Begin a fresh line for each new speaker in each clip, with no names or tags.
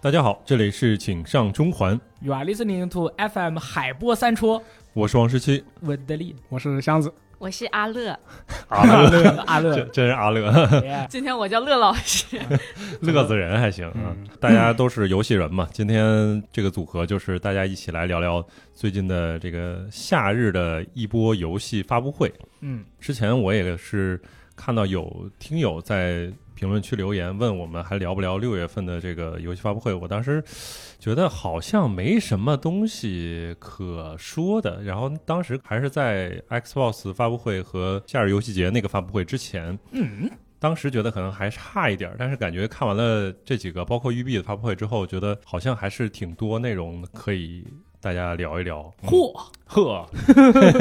大家好，这里是请上中环，
You are listening to FM 海波三戳，
我是王十七，
我的力
我是箱子，
我是阿乐，
阿乐，
阿
这
乐，
真是阿乐，
耶
今天我叫乐老师。
乐子人还行啊。大家都是游戏人嘛， 今天这个组合就是大家一起来聊聊最近的这个夏日的一波游戏发布会。
嗯，
之前我也是看到有听友在评论区留言问我们还聊不聊六月份的这个游戏发布会，我当时觉得好像没什么东西可说的。然后当时还是在 Xbox 发布会和夏日游戏节那个发布会之前，
嗯，
当时觉得可能还差一点儿，但是感觉看完了这几个，包括育碧的发布会之后，觉得好像还是挺多内容可以大家聊一聊。
嚯，
呵，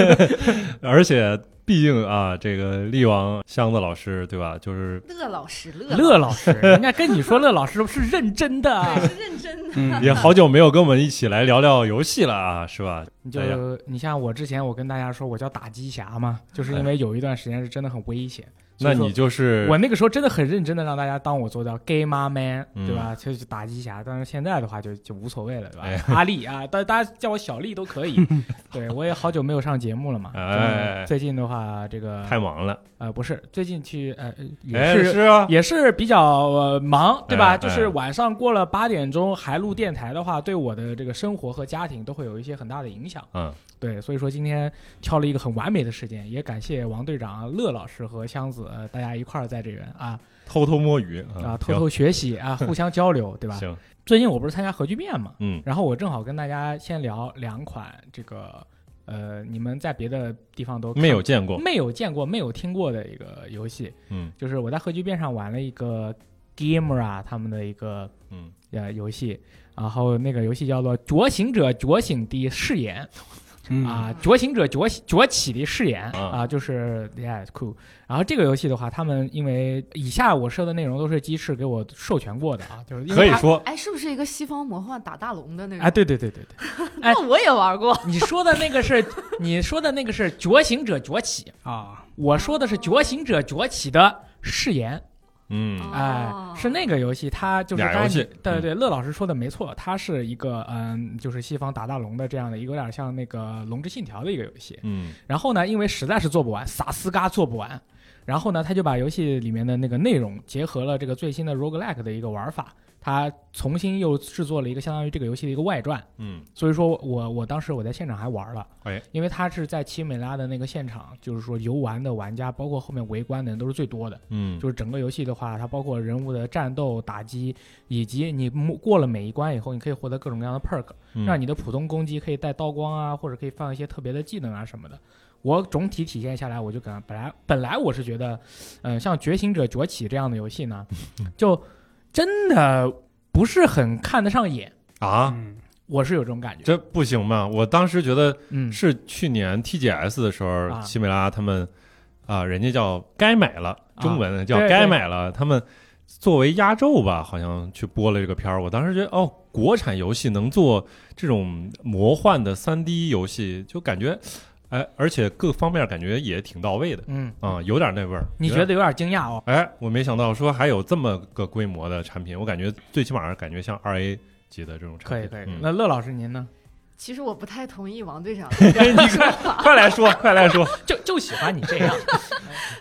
而且毕竟啊，这个力王箱子老师对吧？就是
乐老师，乐
乐老师，人家跟你说乐老师是认真的啊，
对是认真的。
嗯，
也好久没有跟我们一起来聊聊游戏了啊，是吧？
你
哎呀
就你像我之前我跟大家说我叫打机侠嘛，就是因为有一段时间是真的很危险，所
哎那
以说
你就是
我那个时候真的很认真的让大家当我做到 game man，
嗯
对吧？就是打机侠，但是现在的话就就无所谓了，对
哎呀
吧？阿力啊，大大家叫我小力都可 以，对我也好久没有上节目了嘛，
哎
最近的话这个
太忙了，
呃不是最近去呃
哎
也是
是啊，
也是比较、呃忙，对吧？
哎
就是晚上过了八点钟还录电台的话，对我的这个生活和家庭都会有一些很大的影响。
嗯，
对，所以说今天挑了一个很完美的时间，也感谢王队长、乐老师和箱子，呃大家一块儿在这边啊
偷偷摸鱼
啊，偷偷学习 啊，互相交流，
行
对吧？
嗯行，
最近我不是参加核聚变嘛，
嗯
然后我正好跟大家先聊两款这个呃，你们在别的地方都看
没有见过，
没有见过、没有听过的一个游戏，
嗯
就是我在核聚变上玩了一个 Gamera 他们的一个
嗯，
呃游戏，然后那个游戏叫做《觉醒者觉醒的誓言》
嗯
啊，《觉醒者觉醒崛起的誓言》
啊
啊，就是 Yeah cool。然后这个游戏的话，他们因为以下我说的内容都是鸡翅给我授权过的啊，就是因为
可以
它
说
哎，是不是一个西方魔幻打大龙的那种？
啊，对对对对对，哎
那我也玩过。
你说的那个是你说的那个是《觉醒者崛起》，
啊，
我说的是《觉醒者崛起的誓言》。
嗯
哎，是那个游戏，它就是
俩
它
游戏嗯
对对对，乐老师说的没错，它是一个嗯，就是西方打大龙的这样的一个有点像那个《龙之信条》的一个游戏。
嗯
然后呢，因为实在是做不完，萨斯嘎做不完，然后呢，他就把游戏里面的那个内容结合了这个最新的 roguelike 的一个玩法，他重新又制作了一个相当于这个游戏的一个外传。
嗯
所以说我我当时我在现场还玩了，
哎，
因为他是在奇美拉的那个现场，就是说游玩的玩家，包括后面围观的人都是最多的。
嗯，
就是整个游戏的话，它包括人物的战斗、打击，以及你摸过了每一关以后，你可以获得各种各样的 perk，让
你
你的普通攻击可以带刀光啊，或者可以放一些特别的技能啊什么的。我总体体现下来，我就感本来本来我是觉得，嗯、像《觉醒者崛起》这样的游戏呢，
嗯
就真的不是很看得上眼，
啊，
嗯
我是有这种感觉。
这不行嘛！我当时觉得
嗯，
是去年 TGS 的时候，
啊
西美拉他们啊，人家叫该买了，
啊
中文叫
对
该
对
买了，他们作为压轴吧，好像去播了这个片儿。我当时觉得，哦，国产游戏能做这种魔幻的三 D 游戏，就感觉，哎，而且各方面感觉也挺到位的
嗯，
啊，有点那味儿。
你
有点
觉？得有点惊讶哦？
哎，我没想到说还有这么个规模的产品，我感觉最起码感觉像二 A 级的这种产
可以
品。
可以。
嗯
那乐老师您呢？
其实我不太同意王队长的
你快快来说，快来说。
就就喜欢你这样。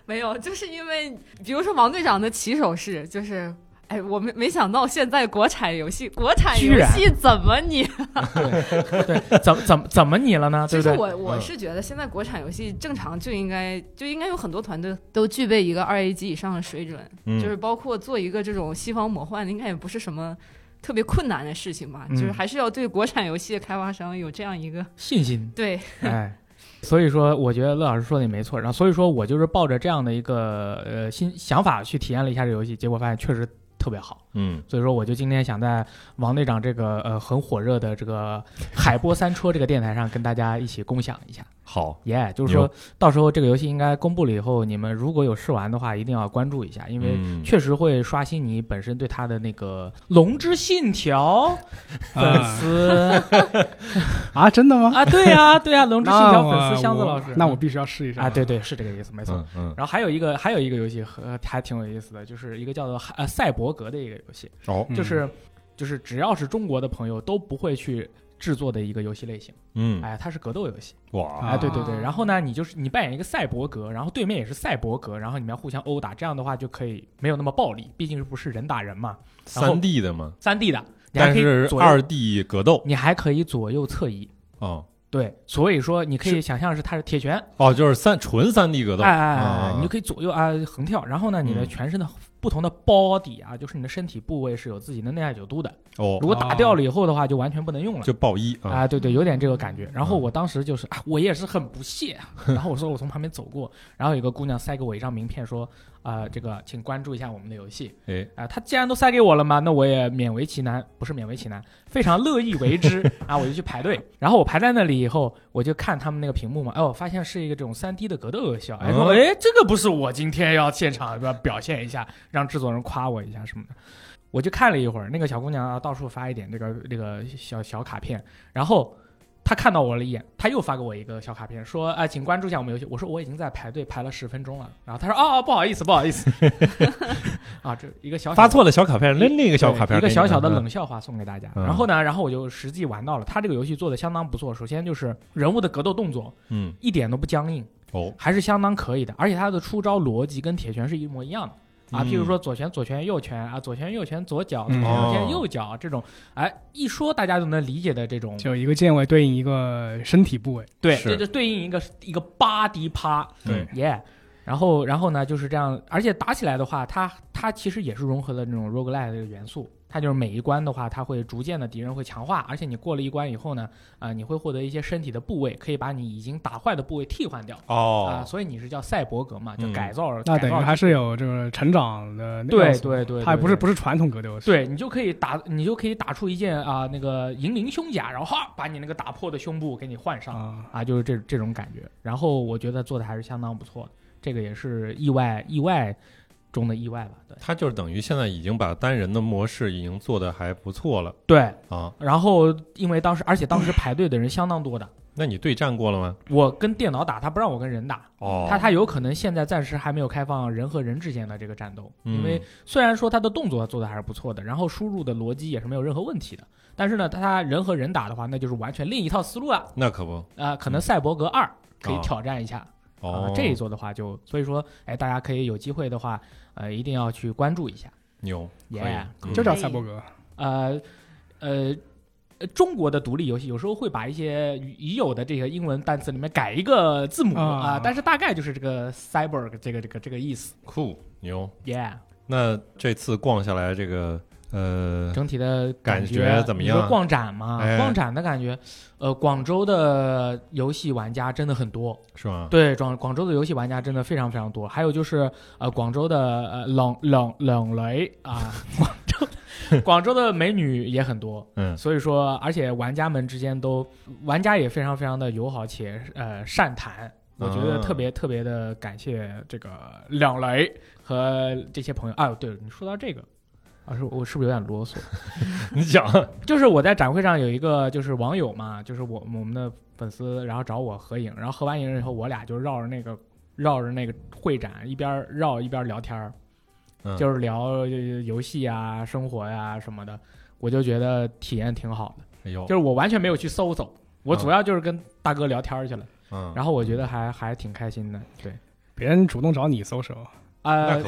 没有，就是因为比如说王队长的起手式就是。哎，我没没想到现在国产游戏，国产
居
游
然
戏怎么你？
对对，怎么怎么怎么你了呢？对
其
不
实
对？
我我
嗯
是觉得现在国产游戏正常就应该就应该有很多团队都具备一个二 A 级以上的水准，
嗯
就是包括做一个这种西方魔幻，应该也不是什么特别困难的事情吧。
嗯
就是还是要对国产游戏的开发商有这样一个
信心，
对，
哎，所以说我觉得乐老师说的也没错。然后所以说我就是抱着这样的一个呃新想法去体验了一下这个游戏，结果发现确实特别好。
嗯
所以说我就今天想在王队长这个呃很火热的这个海波三戳这个电台上跟大家一起共享一下。
好，
耶、就是说到时候这个游戏应该公布了以后，你们如果有试玩的话，一定要关注一下，因为
嗯
确实会刷新你本身对它的那个《龙之信条》粉
啊
丝
啊，真的吗？
啊，对呀、对呀、龙之信条》粉丝
那
箱子
我
老师，
那我必须要试一下
啊，对对是这个意思，没错。
嗯嗯
然后还有一个还有一个游戏和还挺有意思的，就是一个叫做呃赛博格的一个游戏，
哦
嗯
就是就是只要是中国的朋友都不会去制作的一个游戏类型。
嗯，
哎，它是格斗游戏。
哇，
啊
哎，对对对。
啊
然后呢，你就是你扮演一个赛博格，然后对面也是赛博格，然后你们要互相殴打，这样的话就可以没有那么暴力，毕竟是不是人打人嘛。然后
三 D 的嘛，
三 D 的，你还
但
可以
是
左右，
二 D 格斗
你还可以左右侧移。
哦
对，所以说你可以想象是它是铁拳，
哦，就是三纯三 D 格斗，
哎哎哎
啊，
你就可以左右啊横跳，然后呢，你的
嗯
全身的不同的 body 啊，就是你的身体部位是有自己的内在角度的。
哦
如，果打掉了以后的话，就完全不能用了。
就爆一啊，
啊，对对，有点这个感觉。然后我当时就是啊，我也是很不屑啊。然后我说我从旁边走过，然后有个姑娘塞给我一张名片，说啊、这个请关注一下我们的游戏。
哎，
啊，她既然都塞给我了嘛，那我也勉为其难，不是勉为其难，非常乐意为之啊，我就去排队。然后我排在那里以后，我就看他们那个屏幕嘛，哎，我发现是一个这种三 D 的格斗游戏啊，哎，说
嗯
哎，这个不是我今天要现场要表现一下，让制作人夸我一下什么的。我就看了一会儿，那个小姑娘啊，到处发一点这个这个小小卡片，然后她看到我了一眼，她又发给我一个小卡片，说：“啊、请关注一下我们游戏。”我说：“我已经在排队排了十分钟了。”然后她说：“哦，哦不好意思，不好意 思。”啊，这一个小小的
发错了小卡片，扔那个小
对
卡片，
一个小小的冷笑话送给大家。
嗯
然后呢，然后我就实际玩到了，他这个游戏做的相当不错。首先就是人物的格斗动作
嗯，
一点都不僵硬，
哦，
还是相当可以的，而且他的出招逻辑跟铁拳是一模一样的。啊，
嗯
譬如说左拳左拳右拳啊，左拳右拳左脚，左
嗯
拳右拳
哦
右脚这种，哎，一说大家就能理解的这种，
就一个键位对应一个身体部位，
对，
是
这就对应一个一个八敌趴，
对
耶。然后，然后呢，就是这样，而且打起来的话，它它其实也是融合了那种 roguelike 的元素。它就是每一关的话，它会逐渐的敌人会强化，而且你过了一关以后呢，啊、你会获得一些身体的部位，可以把你已经打坏的部位替换掉啊、
哦，
所以你是叫赛博格嘛，就
嗯
改造。
那
改
等于
造
还是有这个成长的那个要
对
素。
对对，
它也不是不
是。
是传统格斗游戏。
对你就可以打，你就可以打出一件啊、那个银鳞胸甲，然后哈把你那个打破的胸部给你换上，
啊，
啊，就是这这种感觉。然后我觉得做的还是相当不错的，这个也是意外意外中的意外吧。对
它就是等于现在已经把单人的模式已经做的还不错了
对，
啊。
然后因为当时而且当时排队的人相当多的，
那你对战过了吗？
我跟电脑打，他不让我跟人打。
哦，
他他有可能现在暂时还没有开放人和人之间的这个战斗，因为
嗯
虽然说他的动作做的还是不错的，然后输入的逻辑也是没有任何问题的，但是呢，他人和人打的话，那就是完全另一套思路了。
那可不
啊，可能赛博格二可以
啊
挑战一下，
嗯哦
啊，，这一座的话就，所以说，哎，大家可以有机会的话，呃，一定要去关注一下。
牛，可
Yeah，
以，
就
嗯
叫赛博格。
呃，呃，呃中国的独立游戏有时候会把一些已有的这个英文单词里面改一个字母啊、
啊
但是大概就是这个 cyborg 这个这个这个意思。
酷牛。
Yeah，
那这次逛下来，这个呃，
整体的
感
觉
觉怎么样
你说逛展嘛，
哎
逛展的感觉，呃，广州的游戏玩家真的很多。
是吧？
对，广广州的游戏玩家真的非常非常多，还有就是呃，广州的呃冷冷冷雷啊，广州的广州的美女也很多，
嗯
所以说，而且玩家们之间都玩家也非常非常的友好且呃善谈，我觉得
啊
特别特别的感谢这个冷雷和这些朋友。啊，对你说到这个。啊，是我是不是有点啰嗦？
你讲，啊
就是我在展会上有一个就是网友嘛，就是我我们的粉丝，然后找我合影，然后合完影以后，我俩就绕着那个绕着那个会展一边绕一边聊天儿，
嗯
就是聊呃游戏啊、生活呀、什么的，我就觉得体验挺好的，
哎呦
就，是我完全没有去搜走，我
嗯
主要就是跟大哥聊天儿去了，
嗯，
然后我觉得还还挺开心的，对。
别人主动找你 搜手，
那
啊，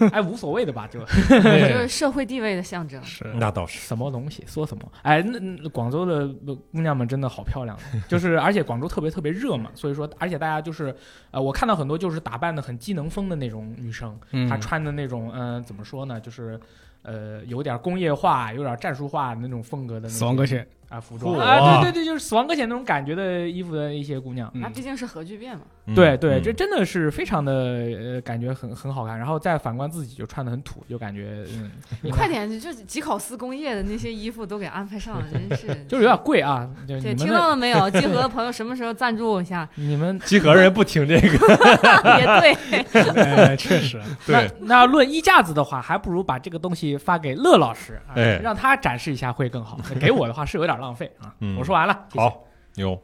可
哎，无所谓的吧，这个
不，
这是
对
社会地位的象征。
是
嗯
那倒是，
什么东西说什么。哎，那那广州的呃姑娘们真的好漂 亮，啊就是而且广州特别特别热嘛，所以说而且大家就是呃，我看到很多就是打扮的很机能风的那种女生，
嗯
她穿的那种嗯、呃怎么说呢，就是呃有点工业化、有点战术化的那种风格的那种
死亡 搁浅。
啊服装
嚯
啊，对对对，就是死亡搁浅那种感觉的衣服的一些姑娘。
那
嗯
毕竟是核聚变嘛，
嗯
对对，
嗯
这真的是非常的呃，感觉很很好看。然后再反观自己，就穿的很土，就感觉 嗯，
你快点，就吉考斯工业的那些衣服都给安排上了，真是。
就是有点贵啊。就是
对，
你们
听
的
到了没有？集合的朋友什么时候赞助我一下？
你们
集合人不听这个，
也 对，
哎，确实，
对，
那要论衣架子的话，还不如把这个东西发给乐老师，啊
哎
让他展示一下会更 好。给我的话是有点浪费啊。
嗯
我说完了，谢谢，
好牛。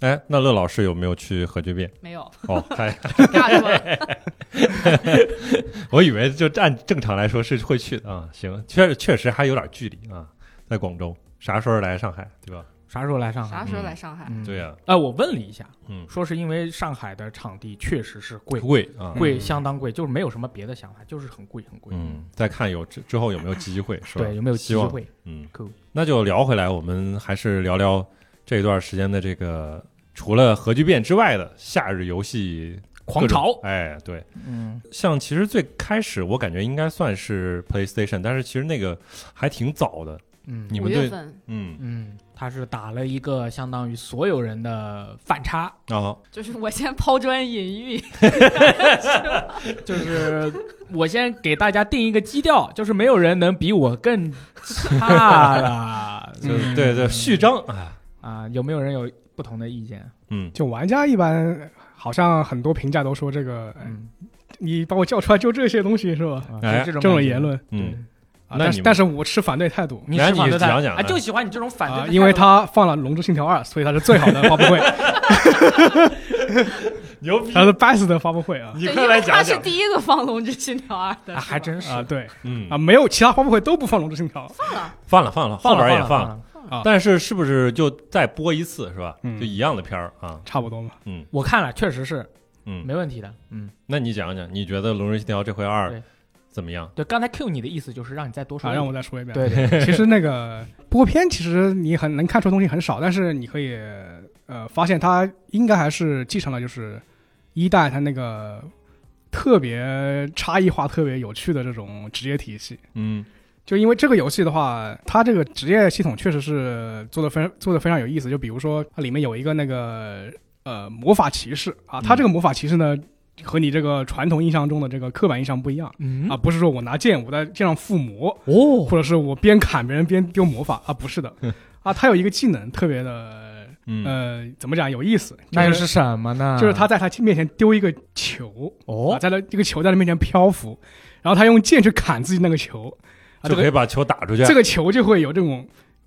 哎，那乐老师有没有去核聚 变？
没有，
哦，嗨，
尬住了。
我以为就按正常来说是会去的啊，行，确确实还有点距离啊，在广州，啥时候来上海，对吧？
啥时候来上海？
啥时候来上海？
嗯
对呀、
哎，我问了一下，
嗯，
说是因为上海的场地确实是贵，
贵啊，
贵
嗯
相当贵，就是没有什么别的想法，就是很贵很贵。
嗯，再看有之之后有没有机会，是吧？
对，有没有机
希望
会？
嗯
Cool，
那就聊回来，我们还是聊聊这段时间的这个除了核聚变之外的夏日游戏各
狂
种
潮，
哎，对，
嗯，
像其实最开始我感觉应该算是 PlayStation，但是其实那个还挺早的。
嗯，
你
五
们
月
对，
份
嗯
嗯，他是打了一个相当于所有人的反差，
啊，
就是我先抛砖引玉，
就是我先给大家定一个基调，就是没有人能比我更差了
就对对，序章啊，
啊！有没有人有不同的意见？
嗯，
就玩家一般好像很多评价都说这个，哎
嗯，
你把我叫出来就这些东西是吧？
啊
哎
就这种
这种
感觉
言，论，
嗯，
啊
那
但
你
是
们
但是我持反对态度
你
来
是反
你
对态
讲讲
啊，
来
就喜欢你这种反对
啊，
的态度，
因为他放了《龙之信条二》，所以他是最好的发布会，
牛逼
他是 best 的发布会啊
你
对，
快
因
来
为
讲
他是
讲，
第一个放《龙之信条二》的，
啊还真是
啊，对
嗯
啊，，没有其他发布会都不放《龙之信条》，
放了，
放了放了，后
了
边也
放
了，
了。
但是是不是就再播一次是吧？
嗯
就一样的片儿啊，
差不多嘛。
嗯
我看了，确实是
嗯，
没问题的。嗯，
那你讲讲，你觉得《龙人信条》这回二
对
怎么样？
对，刚才 Q 你的意思就是让你再多说
啊，
一点，
让我啊再说一遍。
对 对，
其实那个播片，其实你很能看出东西很少，但是你可以呃发现它应该还是继承了就是一代它那个特别差异化、特别有趣的这种职业体系。
嗯
就因为这个游戏的话，它这个职业系统确实是做的非做的非常有意思。就比如说它里面有一个那个呃魔法骑士啊，它这个魔法骑士呢和你这个传统印象中的这个刻板印象不一样
嗯
啊，不是说我拿剑我在剑上附魔，
哦，
或者是我边砍别人边丢魔法啊，不是的，啊，他有一个技能特别的，
嗯
呃，怎么讲有意思，
那啊又
就是
什么呢？
就是他在他面前丢一个球，啊，
哦，
在他这个球在他面前漂浮，然后他用剑去砍自己那个球，啊，
就
这
可以
个
把球打出去。
这个球就会有这种，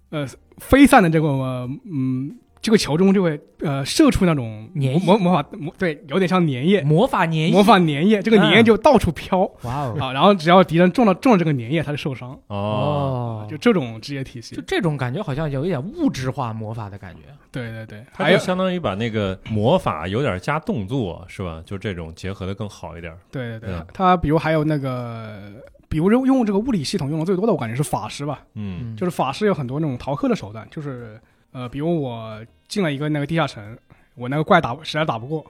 呃，飞散的这种，呃嗯，这个球中就会呃射出那种
粘液
魔魔法魔，对，有点像粘液，
魔法哎粘液，
魔法粘液，这个粘液
嗯
就到处飘
哇哦
啊，然后只要敌人中了中了这个粘液，他就受伤，
哦，
哦，
就这种职业体系
就，这种感觉好像有一点物质化魔法的感觉。
对对对，
它
还
就
有
相当于把那个魔法有点加动作，是吧？就这种结合的更好一点。
对对
嗯
对，它比如还有那个，比如用用这个物理系统用的最多的，我感觉是法师吧，
嗯
就是法师有很多那种逃课的手段，就是呃，比如我进了一个那个地下城，我那个怪打实在打不过，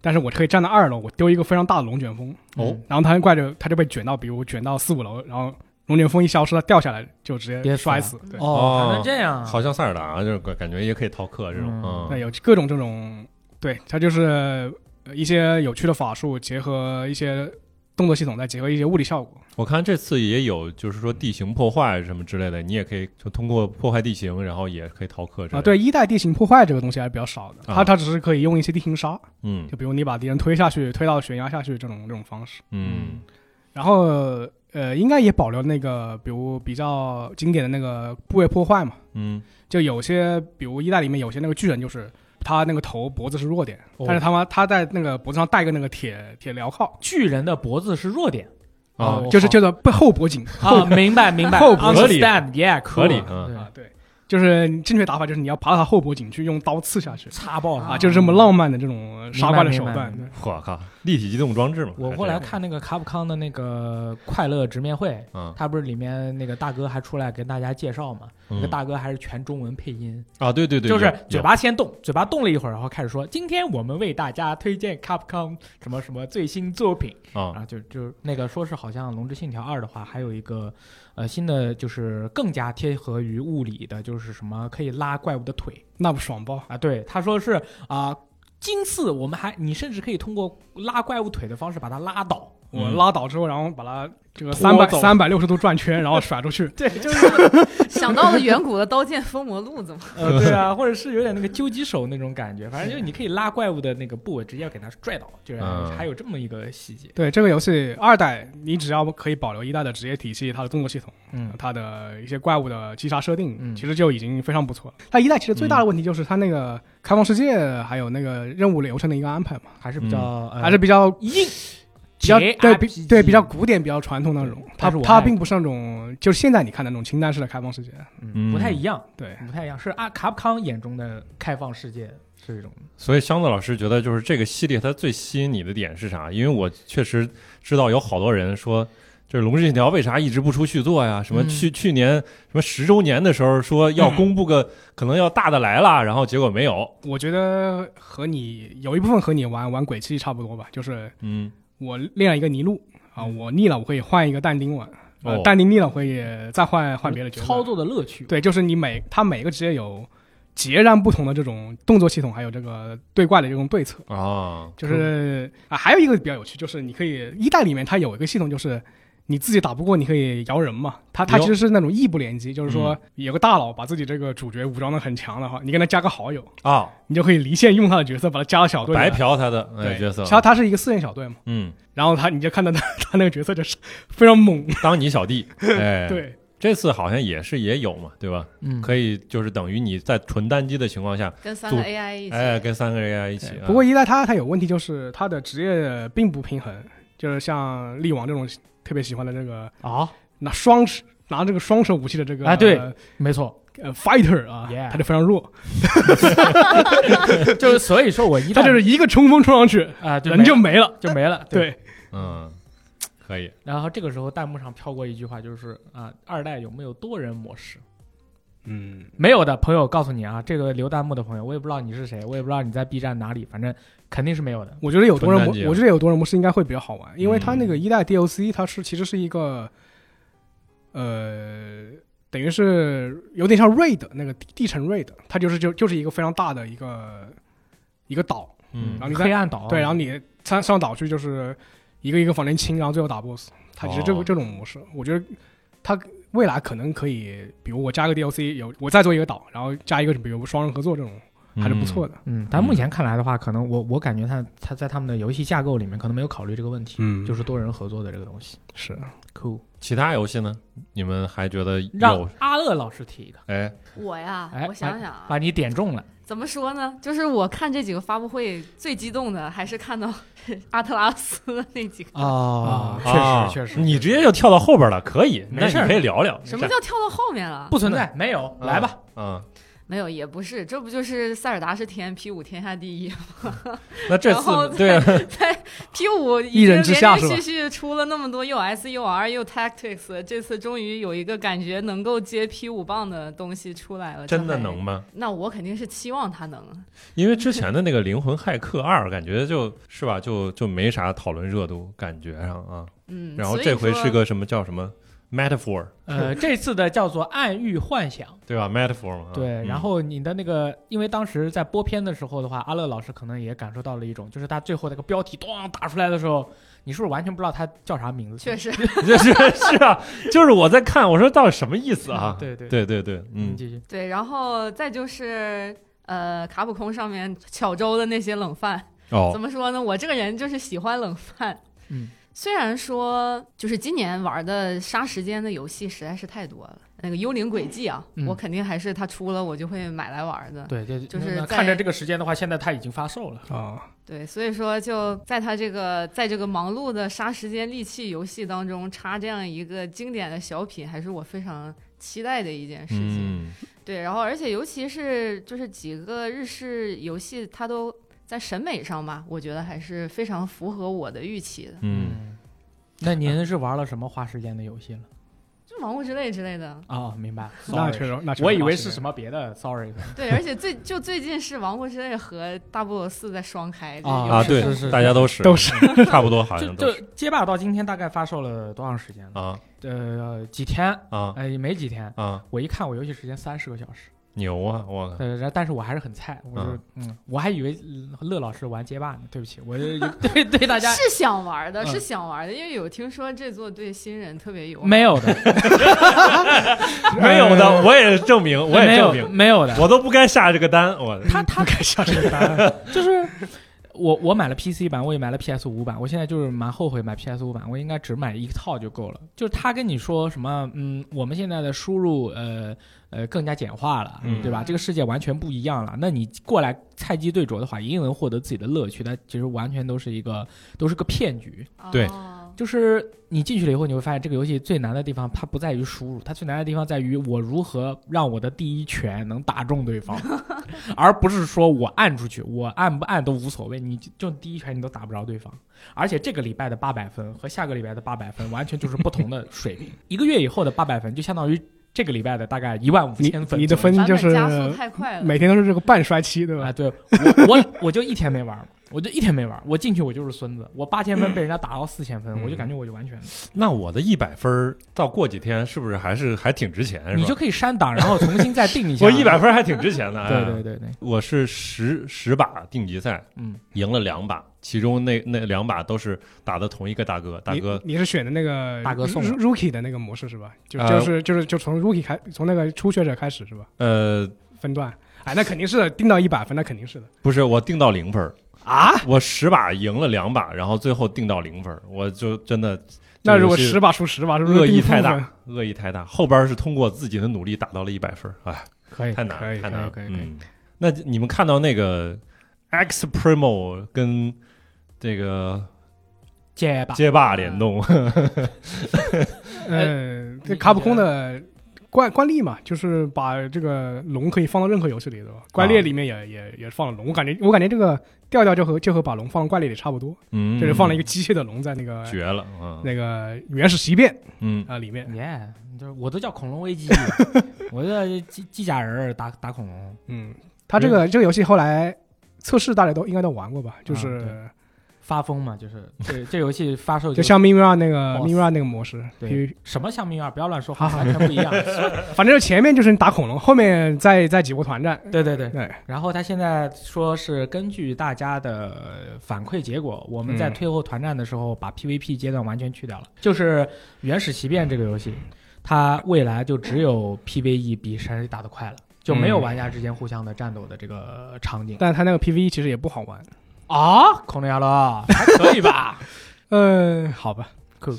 但是我可以站在二楼，我丢一个非常大的龙卷风，
哦
嗯
然后他那怪就他就被卷到，比如卷到四五楼，然后龙卷风一消失，他掉下来就直
憋
接
死了
摔死，对。
哦，
哦
还能这样，
好像塞尔达就是感觉也可以逃课这种，
嗯
嗯，
对，有各种这种，对，它就是呃一些有趣的法术，结合一些动作系统，再结合一些物理效果。
我看这次也有，就是说地形破坏什么之类的，你也可以就通过破坏地形，然后也可以逃课之类
啊，
的。
对，一代地形破坏这个东西还是比较少的，
啊
它它只是可以用一些地形杀，
嗯
就比如你把敌人推下去，推到悬崖下去这种这种方式。
嗯
然后呃，应该也保留那个，比如比较经典的那个部位破坏嘛，
嗯
就有些比如一代里面有些那个巨人就是。他那个头脖子是弱点，
哦
但是他妈他在那个脖子上戴个那个铁铁镣铐
巨人的脖子是弱点
啊
哦，
就是
好
叫做背后脖颈
啊， 明白明白，啊
后
脖合理
understand，yeah，
合理嗯
啊，对，就是你正确打法就是你要爬到他后脖颈去用刀刺下去
插爆
啊，
了。
就是这么浪漫的这种呃杀怪的手段
明白明。
我靠，立体机动装置嘛。
我
还
后来
是
看那个卡普康的那个快乐直面会，
嗯
他不是里面那个大哥还出来跟大家介绍嘛？那个
嗯
大哥还是全中文配音，
啊，对对对，
就
有
是嘴巴先动，嘴巴动了一会儿，然后开始说：“今天我们为大家推荐 Capcom 什么什么最新作品。”
有啊
啊，就就是那个说是好像《龙之信条二》的话，还有一个呃新的就是更加贴合于物理的，就是什么可以拉怪物的腿
那不爽爆！
啊。对，他说是啊、今次我们还你甚至可以通过拉怪物腿的方式把它拉倒。
我
嗯
拉倒之后，然后把它这个
拖
三百
走。
三百六十度转圈，然后甩出去
对，就是
想到了远古的《刀剑封魔录》，怎么？
呃，对啊，或者是有点那个究极手那种感觉，反正就是你可以拉怪物的那个部位，直接给它拽倒，就是
嗯
还有这么一个细节。
对这个游戏二代，你只要可以保留一代的职业体系、它的动作系统、
嗯
它的一些怪物的击杀设定，
嗯
其实就已经非常不错了。它一代其实最大的问题就是它那个开嗯放世界还有那个任务流程的一个安排嘛，
还是比较、呃
还是比较
硬，
较
JRPG
对比对比较古典、比较传统那种
对。
它
但是我
它
爱
并不是那种就是现在你看的那种清单式的开放世界。
嗯
嗯不太一样，
对，
不太一样，是阿卡普康眼中的开放世界是这种。
所以箱子老师觉得，就是这个系列它最吸引你的点是啥？因为我确实知道有好多人说，就是《龙之信条》为啥一直不出续作呀？什么
嗯
去、去年什么十周年的时候说要公布个、可能要大的来了，然后结果没有。
我觉得和你有一部分和你玩玩鬼泣差不多吧，就是
嗯，
我练了一个泥路啊，
嗯
我腻了我会换一个但丁玩，呃
哦
但丁腻了我会再换换别的角
嗯
色。
操作的乐趣，
对，就是你每它每个职业有截然不同的这种动作系统，还有这个对怪的这种对策。
啊，
就是啊，还有一个比较有趣，就是你可以一代里面它有一个系统，就是你自己打不过，你可以摇人嘛。它它
哟
其实是那种异步联机，就是
嗯
说有个大佬把自己这个主角武装的很强的话，你跟他加个好友，
啊，
你就可以离线用他的角色，把他加到小队里来。
白嫖他的哎
对
角色，
他他是一个四人小队嘛，
嗯，
然后他你就看到他他那个角色就是非常猛，
当你小弟，哎，，
对
这次好像也是也有嘛，对吧？
嗯，
可以就是等于你在纯单机的情况下，
跟三个
组
AI 一起，
哎，跟三个 AI 一起
对。
啊
不过一代他他有问题，就是他的职业并不平衡，就是像力王这种特别喜欢的这个
啊，
拿双手拿这个双手武器的这个
啊对没错，
呃 fighter 啊
Yeah
他就非常弱，
就是所以说我一
他
旦
就是一个冲锋冲上去，
啊，就
人 就
没
没了。
就没了，
对，
嗯，可以，
然后这个时候弹幕上飘过一句话，就是啊，二代有没有多人模式？
嗯，
没有的朋友告诉你啊，这个留弹幕的朋友，我也不知道你是谁，我也不知道你在 B 站哪里，反正肯定是没有的。
我觉得有多人模
纯单机，啊
我觉得有多人模式应该会比较好玩，因为他
嗯
那个一代 DLC 它是其实是一个，呃，等于是有点像 raid 那个地地城 raid，它就是就就是一个非常大的一个一个岛，
嗯
然后你再
黑暗岛，啊
对，然后你上上岛去就是一个一个往前清，然后最后打 BOSS。它其实这个、
哦
这种模式，我觉得它未来可能可以，比如我加个 DLC，有我再做一个岛，然后加一个比如双人合作这种，还是不错
的。
的。
嗯，但目前看来的话，可能我我感觉他他在他们的游戏架构里面可能没有考虑这个问题，
嗯
就是多人合作的这个东西。
是啊
cool，
其他游戏呢？你们还觉得
让
有？
阿乐老师提一个，
哎，
我呀
哎，
我想想啊，
把你点中了。
怎么说呢？就是我看这几个发布会最激动的，还是看到阿特拉斯的那几个。
啊
啊
确实确实，
你直接就跳到后边了，可以，
没
那你
事儿
可以聊聊。
什么叫跳到后面了？
不存在，啊没有，
嗯
来吧，
嗯，
没有，也不是，这不就是塞尔达是 TMP 五天下第一吗
那这
然后
次 对啊，
？P 五
一人之下
连
是吧
续续出了那么多又 S 又 R 又 Tactics，这次终于有一个感觉能够接 P 五棒的东西出来了。
真的
这还
能？吗？
那我肯定是期望他能。
因为之前的那个《灵魂骇客二》，感觉就是吧，就就没啥讨论热度，感觉上啊。
嗯，
然后
所以
这回
说
是个什么叫什么 metaphor，
呃，这次的叫做暗喻幻想。
对吧？metaphor 嘛。
对，
嗯
然后你的那个，因为当时在播片的时候的话，阿乐老师可能也感受到了一种，就是他最后那个标题咚打出来的时候，你是不是完全不知道他叫啥名字？
确实
这 是是啊，就是我在看，我说到底什么意思啊？
对对，
对对对，
嗯，
嗯，
继续。
对，然后再就是呃，卡普空上面巧周的那些冷饭，
哦
怎，么说呢？我这个人就是喜欢冷饭。
嗯，
虽然说就是今年玩的杀时间的游戏实在是太多了，那个《幽灵轨迹》啊，
嗯
我肯定还是它出了我就会买来玩的。
对对，
啊就是
那那
在
看着这个时间的话，现在他已经发售了。
啊，
对，所以说就在它这个在这个忙碌的杀时间利器游戏当中插这样一个经典的小品，还是我非常期待的一件事情。
嗯，
对，然后而且尤其是就是几个日式游戏，它都在审美上吧，我觉得还是非常符合我的预期的。
嗯，，
那您是玩了什么花时间的游戏了？
就《王国之泪》之类的。
啊，明白。
那确
Sorry
实，那确实
我以为是什么别的，sorry
对，而且最就最近是《王国之泪》和《大菠萝四》在双开。这
啊
啊，
是
对
是是，
大家都是
都是
差不多，好
就
像都
就是街霸到今天大概发售了多长时间了？
啊
呃，几天？
啊
哎，没几天。
啊，
我一看，我游戏时间三十个小时。
牛啊，我 靠，
呃，然后但是我还是很菜，我就
嗯
嗯，我还以为嗯乐老师玩街霸呢，对不起，我就 对对大家
是想玩的，
嗯
是想玩的，因为有听说这座对新人特别友好。
没有的，
没有的，我也证明，我也
没
证
有
明，
没有的，
嗯我都不该下这个单，我
他他 就是我我买了 PC 版，我也买了 PS 五版，我现在就是蛮后悔买 PS 五版，我应该只买一套就够了。就是他跟你说什么，嗯，我们现在的输入呃呃更加简化了，
嗯
对吧？这个世界完全不一样了。那你过来菜鸡对啄的话，一定能获得自己的乐趣，但其实完全都是一个都是个骗局。
对
哦
就是你进去了以后，你会发现这个游戏最难的地方，它不在于输入，它最难的地方在于我如何让我的第一拳能打中对 方，而不是说我按出去，我按不按都无所谓，你就就第一拳你都打不着对方。而且这个礼拜的八百分和下个礼拜的八百分完全就是不同的水 平，一个月以后的八百分就相当于这个礼拜的大概一万五
你
千分
你的
左右
分就
版
是
本加速太快了
每天都是这个半衰期，对吧
啊，？对我我 我就一天没玩儿。我就一天没玩儿，我进去我就是孙子，我八千分被人家打到四千
嗯
分，我就感觉我就完全
那我的一百分儿到过几天是不是还是还挺值钱？是吧
你就可以删档，然后重新再定一 下。
我一百。分儿还挺值钱的。哎
对对对对，
我是十十把定级赛
嗯，
赢了两把，其中那那两把都是打的同一个大哥，大
你
哥
你是选的那个
大哥送的
rookie 的那个模式是吧？就
呃
就是就是就从 rookie 开，从那个初学者开始是吧？
呃
分段，哎，那肯定是的，定到一百分，那肯定是的。
不是我定到零分儿
啊？
我十把赢了两把，然后最后定到零分儿，我就真的
那如果
这个游戏
十把输十把，是不是
恶意
定负
太
分
大？，恶意太大。后边是通过自己的努力打到了一百分儿，哎，
可以。
太难
可以
了，太难了。
可以可以可以
嗯，那你们看到那个 X Primo 跟这个
结吧，
街霸联动，
嗯，这
你
卡普空的惯惯例嘛，就是把这个龙可以放到任何游戏里，对吧？怪
啊
猎里面也、也也放了龙，我感觉我感觉这个调调就和就和把龙放到怪猎里差不多，
嗯，
就是放了一个机械的龙在那个
绝了，嗯
那个原始奇变
嗯，
啊、里面，
耶，就是我都叫恐龙危 机，我叫机机甲人儿打打恐龙。
嗯，他这个这个游戏后来测试大家都应该都玩过吧？就是、
啊发疯嘛，就是这这游戏发售
就像 Mira 那个
Boss
Mira 那个模式，
对
PVP
什么像命运二，不要乱说话，完全不一样。
反正前面就是你打恐龙，后面再再几波团战，
对对对，
对，
然后他现在说是根据大家的反馈结果，我们在
嗯
退后团战的时候把 PVP 阶段完全去掉了，就是《原始奇变》这个游戏，它未来就只有 PVE 比谁打得快了。就没有
嗯
玩家之间互相的战斗的这个场景
但他那个 PVE 其实也不好玩，
啊，孔令亚乐还可以吧？
嗯，好吧。
可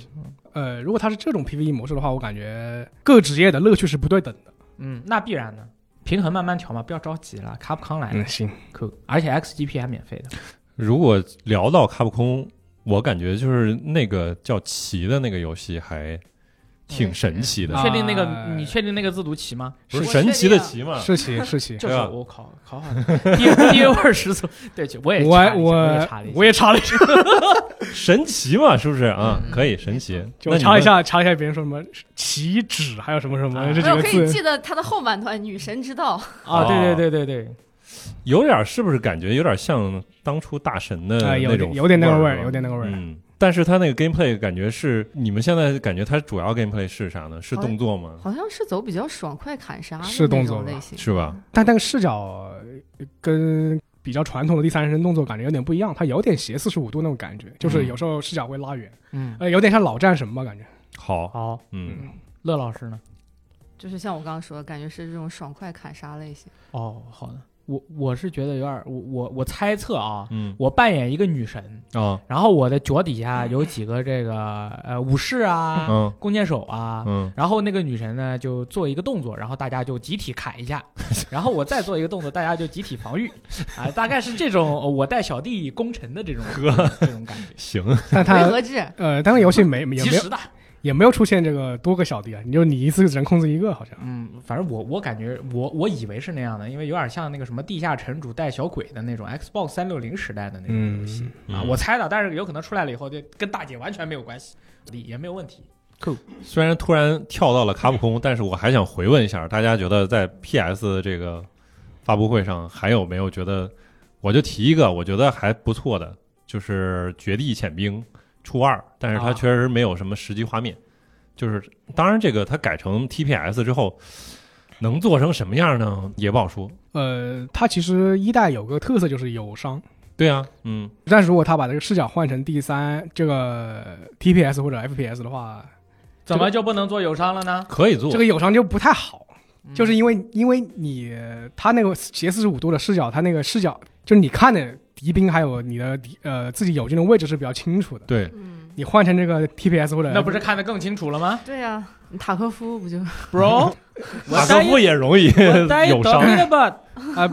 呃，如果它是这种 PVE 模式的话，我感觉各职业的乐趣是不对等的。
嗯，那必然的，平衡慢慢调嘛，不要着急了。卡普康来了，
行，
可而且 XGP 还免费的，
如果聊到卡普空，我感觉就是那个叫《棋》的那个游戏还挺神奇的，
嗯啊啊
确定那个你确定那个自读棋吗？
不是
是
神奇的棋嘛？
嗯是棋是棋。
就是
对吧
我考考好的，第第二十次，对，就我也
我
查了一下我也
我
查了一下
我也查了一下，啊
神奇嘛，是不是啊？
嗯
可以神奇。
就
那
我
你
查了一
们，
下，查了一下别人说什么棋指，还有什么什
啊
么这
没有哎可
几
以
个字。
记得它的后半段“女神之道
啊，
哦
对对对对对，
有点是不是感觉有点像当初大神的
哎有
呃那
点
种
有点那个
味
味
是
儿，
吧
有点那个味儿。
嗯。但是他那个 gameplay 感觉是你们现在感觉他主要 gameplay 是啥呢？是动作”，吗？
好像是走比较爽快砍杀的
是动
那
作
种
吧
类型，
是吧？
但那个视角呃跟比较传统的第三人称动作感觉有点不一样，它有点斜四十五度那种感觉，就是
嗯
有时候视角会拉远，
嗯，
呃，有点像老战神吧感觉。
好，
好，
嗯，
乐老师呢？
就是像我刚刚说的，感觉是这种爽快砍杀类型。
哦，好的，我我是觉得有点儿，我我我猜测啊，
嗯
我扮演一个女神，
啊，
然后我的脚底下有几个这个呃武士啊、
嗯
弓箭手啊，
嗯，
然后那个女神呢就做一个动作，然后大家就集体砍一下，然后我再做一个动作，大家就集体防御，啊、大概是这种呃我带小弟攻城的这种这种感觉，
行，
但
回
它
合制，
呃，但是游戏没也没有
及时的，
也没有出现这个多个小弟啊，你就你一次只能控制一个，好像。
嗯，反正我我感觉我我以为是那样的，因为有点像那个什么地下城主带小鬼的那种 Xbox 三六零时代的那种游戏、啊，
嗯
我猜的，但是有可能出来了以后就跟大姐完全没有关系，也没有问题。
虽然突然跳到了卡普空，但是我还想回问一下，大家觉得在 PS 这个发布会上还有没有觉得？我就提一个，我觉得还不错的，就是《绝地潜兵》初二，但是它
啊
确实没有什么实际画面。就是当然，这个它改成 TPS 之后，能做成什么样呢？也不好说。
呃，它其实一代有个特色就是有伤，
对啊，嗯，
但是如果它把这个视角换成第三这个 TPS 或者 FPS 的话，
怎么就不能做友商了呢？
可以做
这。个有伤就不太好，
嗯
呃就是因为因为你它那个斜四十五度的视角，它那个视角就是你看的敌兵还有你的敌呃自己友军的位置是比较清楚的。
对，
嗯，
你换成这个 TPS 或者
那不是看得更清楚了吗
对呀，塔科夫不就
，bro？
塔科夫也容易
我带一
有伤。
刀 吧，
啊、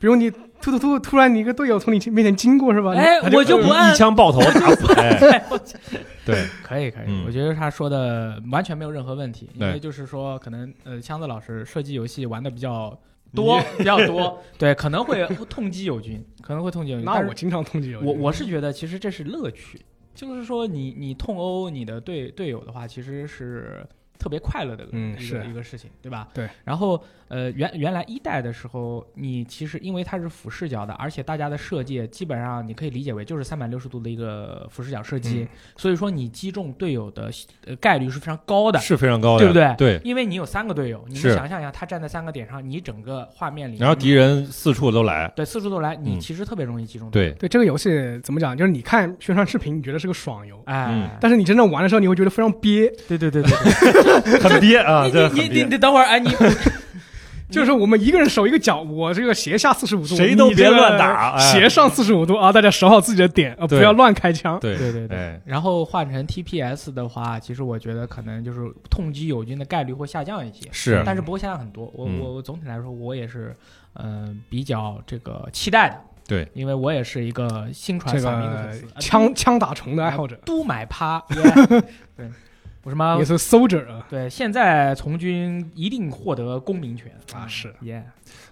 比如你突突突突然你一个队友从你面前经过是吧？
哎，
他
我就不按
一。枪爆头打死。哎 对，
可以可以，
嗯
我觉得他说的完全没有任何问题，因为
对
就是说，可能呃，箱子老师射击游戏玩的比较 多，比较多，对，可能会痛击友军，可能会痛击友军。
那
但是
我经常通缉友军
我我是觉得，其实这是乐趣，就是说你你痛殴你的队队友的话，其实是特别快乐的一个、
嗯
一个
是
一个事情，对吧？
对。
然后呃，原原来一代的时候，你其实因为它是俯视角的，而且大家的设计基本上你可以理解为就是三百六十度的一个俯视角射击，
嗯
所以说你击中队友的呃概率是非常高 的。
是非常高的，
对不对？
对。
因为你有三个队友，你们
是
想象一下，他站在三个点上，你哦整个画面里，
然后敌人四处都来，
对四处都来，你
嗯
其实特别容易击中。，
对，
对这个游戏怎么讲？就是你看宣传视频，你觉得是个爽游，
哎
嗯，
但是你真正玩的时候，你会觉得非常憋。
对对对对
很憋啊，
你
这
你
很
你
憋
你等会儿，哎，你
就是我们一个人守一个角，我这个斜下四十五度，
谁都
你这个
别乱打哎
斜上四十五度啊！大家守好自己的点啊，不
对
要乱开枪。
对
对对对
哎，
然后换成 TPS 的话，其实我觉得可能就是痛击友军的概率会下降一些，
是
但是不会下降很多。我
嗯
我我总体来说，我也是嗯、呃比较这个期待的，
对，
因为我也是一个新传
这
扫民的粉丝，
个
啊
枪枪打虫的爱好者
都都买趴，耶对，我
嗯
什么
也是 soldier 啊，
对，现在从军一定获得公民权
啊是
耶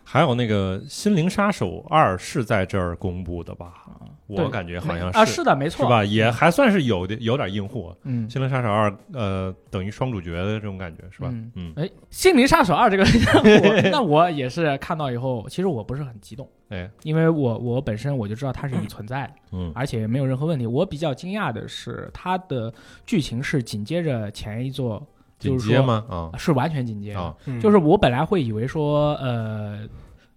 还有那个《心灵杀手二》是在这儿公布的吧？
啊
我感觉好像
啊
是
是的，
是
没错，
吧？也还算是有点有点硬货，
嗯。
《心灵杀手二》呃等于双主角的这种感觉是吧
嗯？
嗯，
哎，《心灵杀手二》这 个，我那我也是看到以后，其实我不是很激动，
哎，
因为我我本身我就知道它是存在的，
嗯
而且没有任何问题。我比较惊讶的是，它的剧情是紧接着前一座，
紧
就是
接
说
吗？啊
是完全紧接的。
啊，
嗯
就是我本来会以为说，呃。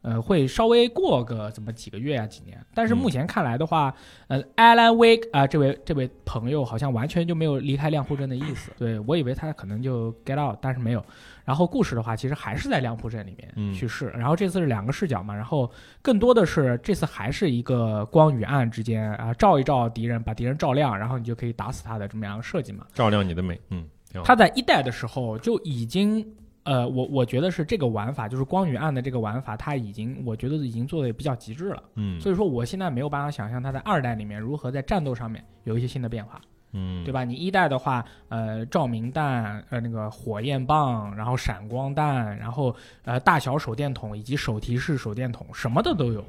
呃，会稍微过个怎么几个月啊，几年。但是目前看来的话，呃，Alan Wake 啊、这位这位朋友好像完全就没有离开亮户镇的意思。对我以为他可能就 get out，但是没有。然后故事的话，其实还是在亮户镇里面
嗯
去试。然后这次是两个视角嘛，然后更多的是这次还是一个光与暗之间啊，照一照敌人，把敌人照亮，然后你就可以打死他的这么样的设计嘛。
照亮你的美，嗯，挺好
他在一代的时候就已经，呃，我我觉得是这个玩法，就是光与暗的这个玩法，它已经我觉得已经做的比较极致了。
嗯，
所以说，我现在没有办法想象它在二代里面如何在战斗上面有一些新的变化，
嗯，
对吧？你一代的话，呃，照明弹，呃，那个火焰棒，然后闪光弹，然后呃，大小手电筒以及手提式手电筒，什么的都有。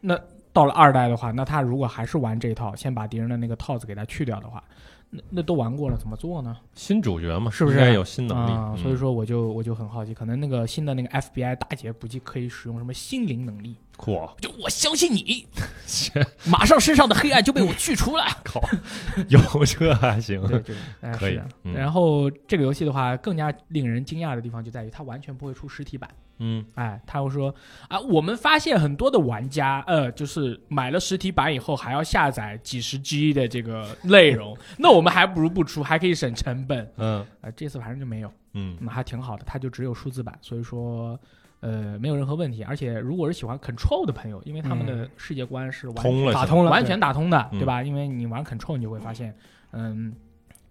那到了二代的话，那他如果还是玩这一套，先把敌人的那个套子给他去掉的话，那那都玩过了，怎么做呢？
新主角嘛，
是不是
应该有新能力？
啊、
嗯
所以说我就我就很好奇，可能那个新的那个 FBI 大姐估计可以使用什么心灵能力，
酷啊，
就我相 信你，马上身上的黑暗就被我去除了。
靠， 有这还行，
对对，哎
可以
是的
嗯
然后这个游戏的话，更加令人惊讶的地方就在于它完全不会出实体版。
嗯，
哎，他又说啊，我们发现很多的玩家，呃，就是买了实体版以后还要下载几十 G 的这个内容，那我们还不如不出，还可以省成本。
嗯
啊、这次反正就没有。
嗯
嗯，还挺好的，它就只有数字版，所以说。呃，没有任何问题，而且如果是喜欢 Control 的朋友，因为他们的世界观是完、
通了，
打通了，
完全打通的，
嗯
对吧？因为你玩 Control，你就会发现，嗯，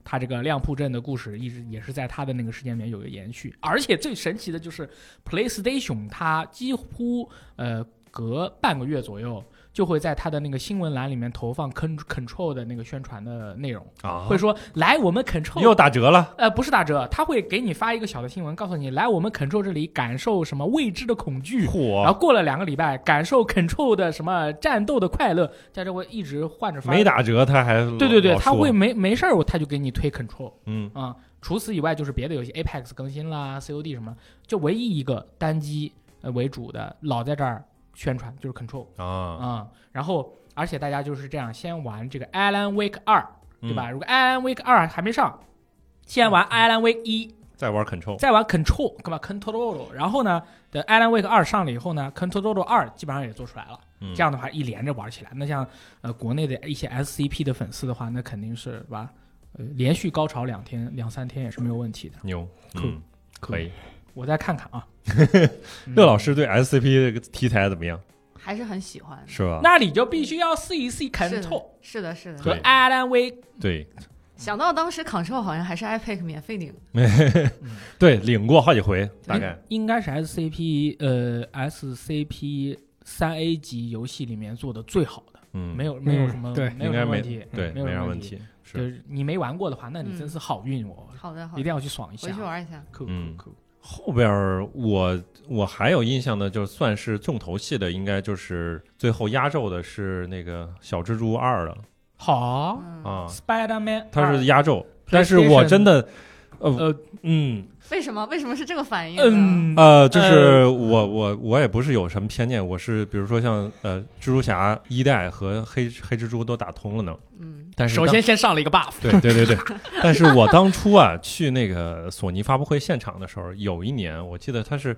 它这个亮铺镇的故事一直也是在它的那个世界里面有一个延续，而且最神奇的就是 PlayStation 它几乎呃隔半个月左右就会在它的那个新闻栏里面投放 Con Control 的那个宣传的内容，
啊，
会说来我们 Control
又打折了，
呃，不是打折，他会给你发一个小的新闻，告诉你来我们 Control 这里感受什么未知的恐惧，然
嚯，
后过了两个礼拜，感受 Control 的什么战斗的快乐，在这会一直换着发。
没。打折他还
对对对，
老
他
说
会没没事儿，他就给你推 Control
嗯
啊、除此以外，就是别的游戏 Apex 更新啦，COD 什么，就唯一一个单机呃为主的，老在这儿宣传就是 Control
啊，
啊、然后，而且大家就是这样，先玩这个 Alan Wake 二，对
嗯
吧？如果 Alan Wake 二还没上，先玩 Alan Wake 一。
再玩 Control，
再玩 Control，干嘛 Control，然后呢，等 Alan Wake 二上了以后呢，Control 二基本上也做出来了。
嗯
这样的话，一连着玩起来，那像呃国内的一些 SCP 的粉丝的话，那肯定是是吧？呃，连续高潮两天、两三天也是没有问题的。
牛，
酷
嗯，可以。
我再看看啊。
乐老
师
师
嗯
对 SCP 这个题材怎么样？
还是很喜欢的。
是吧？
嗯那你就必须要试一试
是
Control
的，是的，是的。
和
对
Alan Wake，
对
想到当时 Control 好像还是 iPad 免费领的，
对，领过好几回，大概
嗯应应该是 SCP 呃 SCP 三 A 级游戏里面做的最好的，
嗯，
没有没有什么
对
没有
应
什
该没
么问题，
对，
没有
没
什
啥
么
问
题。
题，
就是是你没玩过的话，那你真是好运哦，
好的，嗯好
一定
的，
要去爽一下
回去。玩一下。
酷
嗯
酷酷，
后边儿我我还有印象的，就算是重头戏的，应该就是最后压轴的是那个小蜘蛛二了
好
嗯，
啊，
，Spider Man，
它是压轴，但是我真的，呃
呃
嗯
为什么？为什么是这个反应呢？
嗯
呃，就是我我我也不是有什么偏见，我是比如说像呃蜘蛛侠一代和黑黑蜘蛛都打通了 呢，
嗯，
但是
首
当
先先上了一个 buff，
对对对对，但是我当初啊去那个索尼发布会现场的时候，有一年我记得他是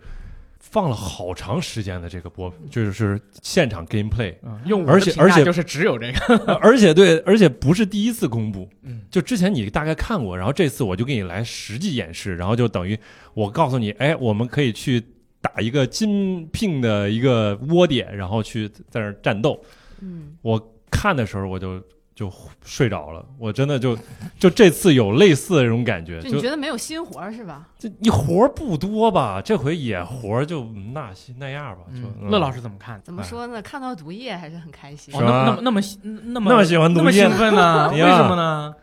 放了好长时间的这个播，就是现场 gameplay，
嗯，用
而且而且
就是只有这个，
呃而且对，而且不是第一次公布，
嗯，
就之前你大概看过，然后这次我就给你来实际演示，然后就等于我告诉你，哎，我们可以去打一个金聘的一个窝点，然后去在那儿战斗。
嗯，
我看的时候我就就睡着了，我真的就 就这次有类似的这种感觉，
就你
就
觉得没有新活儿是吧？
这你活儿不多吧，这回也活儿就那那样吧，就
嗯乐老
师
师怎么看？
怎么说呢？看到毒液还是很开心
哦，
是，吧
那么那么那么那么
那么喜欢
那
毒
么
液
兴奋呢？
哎
为
呀
什么呢？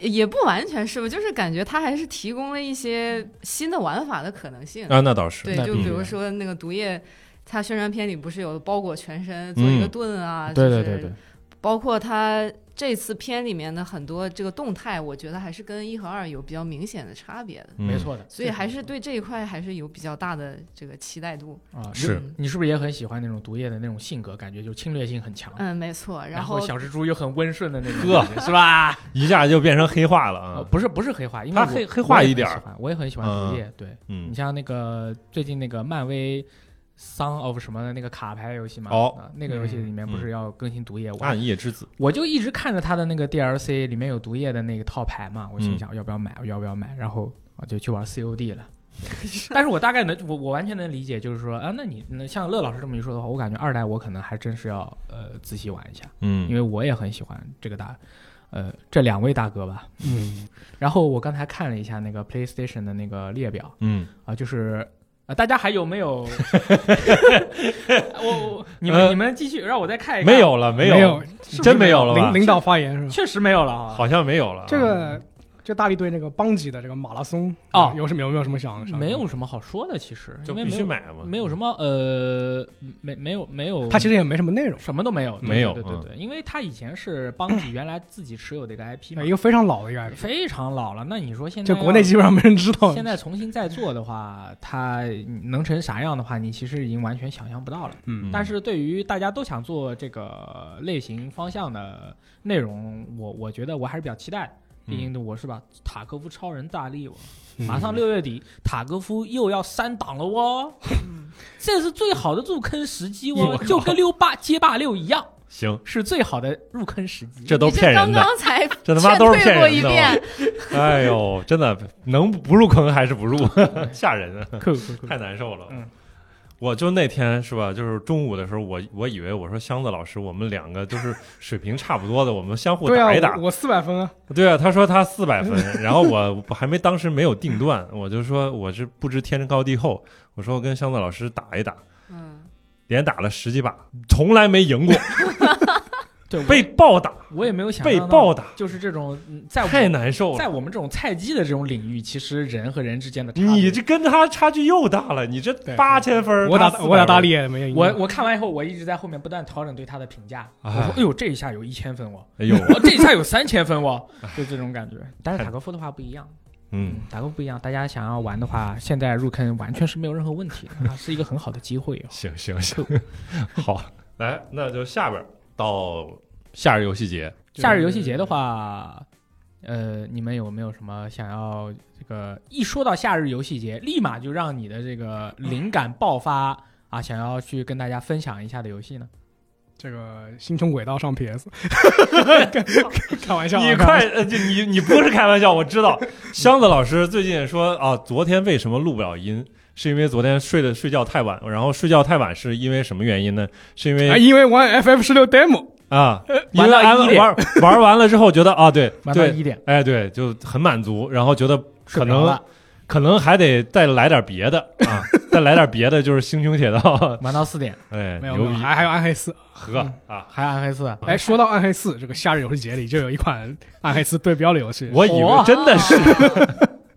也不完全是吧，就是感觉它还是提供了一些新的玩法的可能性。
啊，那倒是，
对
那，
就
必
比
须
如
的
说那个毒液，它宣传片里不是有包裹全身，做一个
嗯
盾啊，
对
就
对
是
对对，
包括它这次片里面的很多这个动态，我觉得还是跟一和二有比较明显的差别的，
嗯
没，错的。
所以还是对这一块还是有比较大的这个期待度。
啊，
是
嗯
你是不是也很喜欢那种毒液的那种性格？感觉就侵略性很强，
嗯，没错。
然
后
小蜘蛛又很温顺的那种感觉，是吧？
一下就变成黑化了啊
呃，，不是不是黑化，因为
它
我
啊黑黑化一点，
我也很
儿
喜欢我也很喜欢毒液。对
嗯
你。像那个最近那个漫威。Son of 什么的那个卡牌游戏嘛，
哦嗯啊
啊那个游戏里面不是要更新毒液？我
暗夜之子，
我就一直看着他的那个 DLC 里面有毒液的那个套牌嘛，
嗯
我心想要不要买，我要不要买，然后我就去玩 COD 了。 但是我大概能，我我完全能理解，就是说啊，那你那像乐老师这么一说的话，我感觉二代我可能还真是要呃仔细玩一下，因
嗯
为我也很喜欢这个大，呃这两位大哥吧。
嗯，
然后我刚才看了一下那个 PlayStation 的那个列表
嗯，
啊、就是。啊，大家还有没有？ 我我你
呃
们你们继续，让我再看一看。
嗯没，有了，没
有，
有，
是不是
真没有了吧
领领导发言是吧？
确实没有了啊。
好像没有了啊。
这个这大力对那个邦吉的这个马拉松
哦
有什么有没有什么想？想
没有什么好说的，其实
就
因为
必
没
须嗯
有
买嘛，
没有什么呃，没没有没有，
他
实
其实也没什么内容，
什么都没有，对
没有嗯
对对对对，因为他以前是邦吉原来自己持有的一个 IP 嘛
呃一，个非常老的一个 IP，
非常老了。那你说现在
就
要
国内基本上没人知道。
现在重新再做的话，它能成啥样的话，你其实已经完全想象不到了。
嗯。
嗯，
但是对于大家都想做这个类型方向的内容，我我觉得我还是比较期待的。毕
嗯
竟我是吧，塔科夫超人大力我。 马上六月底，塔科夫又要删档了哦，
嗯
这是最好的入坑时 机
我
哦，
靠
就跟六八街霸六一样，
行，
是最好的入坑时机。
这都
你这
骗人
刚
的，
刚才
这他妈都是
劝退
骗
过一
人的嘛。
遍，
哎呦，真的能不入坑还是不入， 吓人啊，
酷酷酷
太难受了。
嗯
我就那天是吧，就是中午的时候，我我以为我说箱子老师，我们两个都是水平差不多的，我们相互
对啊
打一打，。
我四百分啊，
对啊，他说他四百分，然后我我还没当时没有定断，我就说我是不知天高地厚，我说我跟箱子老师打一打，
嗯，
连打了十几把，从来没赢过，
对，
被暴打，
我我也没有想
被
象到
暴打，
就是这种嗯在
太
我
难受
在
了。
我们这种菜鸡的这种领域，其实人和人之间的差别
你这跟他差距又大了，你这
对
八千分儿，
我
他
打
400
我打大力，也没有赢。
我我看完以后，我一直在后面不断调整对他的评价。我
哎
说：“ 哎呦，这一下有一千分哦，
哎呦，
哦这一下有三千分哦，就这种感觉。”但是塔科夫的话不一样，
嗯，
打工不一样，大家想要玩的话，现在入坑完全是没有任何问题的，啊，是一个很好的机会 哦。
行行行，好，来，那就下边儿到夏日游戏节，
夏日游戏节的话，呃，你们有没有什么想要这个？一说到夏日游戏节，立马就让你的这个灵感爆发啊，想要去跟大家分享一下的游戏呢？
这个《星穹轨道》上 PS，开玩笑啊，
你
开玩
快，呃，就 你你不是开玩笑，我知道。箱子老师最近说啊，昨天为什么录不了音？是因为昨天睡的睡觉太晚，然后睡觉太晚是因为什么原因呢？是因为
啊，因为玩 FF 十六 demo，
啊，因
玩
为
到
安
一点
玩玩完了之后觉得啊，对
玩到
对，
一点，
哎对，就很满足，然后觉得可
睡不着
能
了，
可能还得再来点别的 啊，再来点别的，就是星穹铁道，
玩到四点，
哎，
没有，
牛
没有啊嗯
逼，
还还有暗黑四。
呵啊！
还暗黑四。
哎，说到暗黑四，这个夏日游戏节里就有一款暗黑四对标的游戏，
我以
啊
为真的是
是，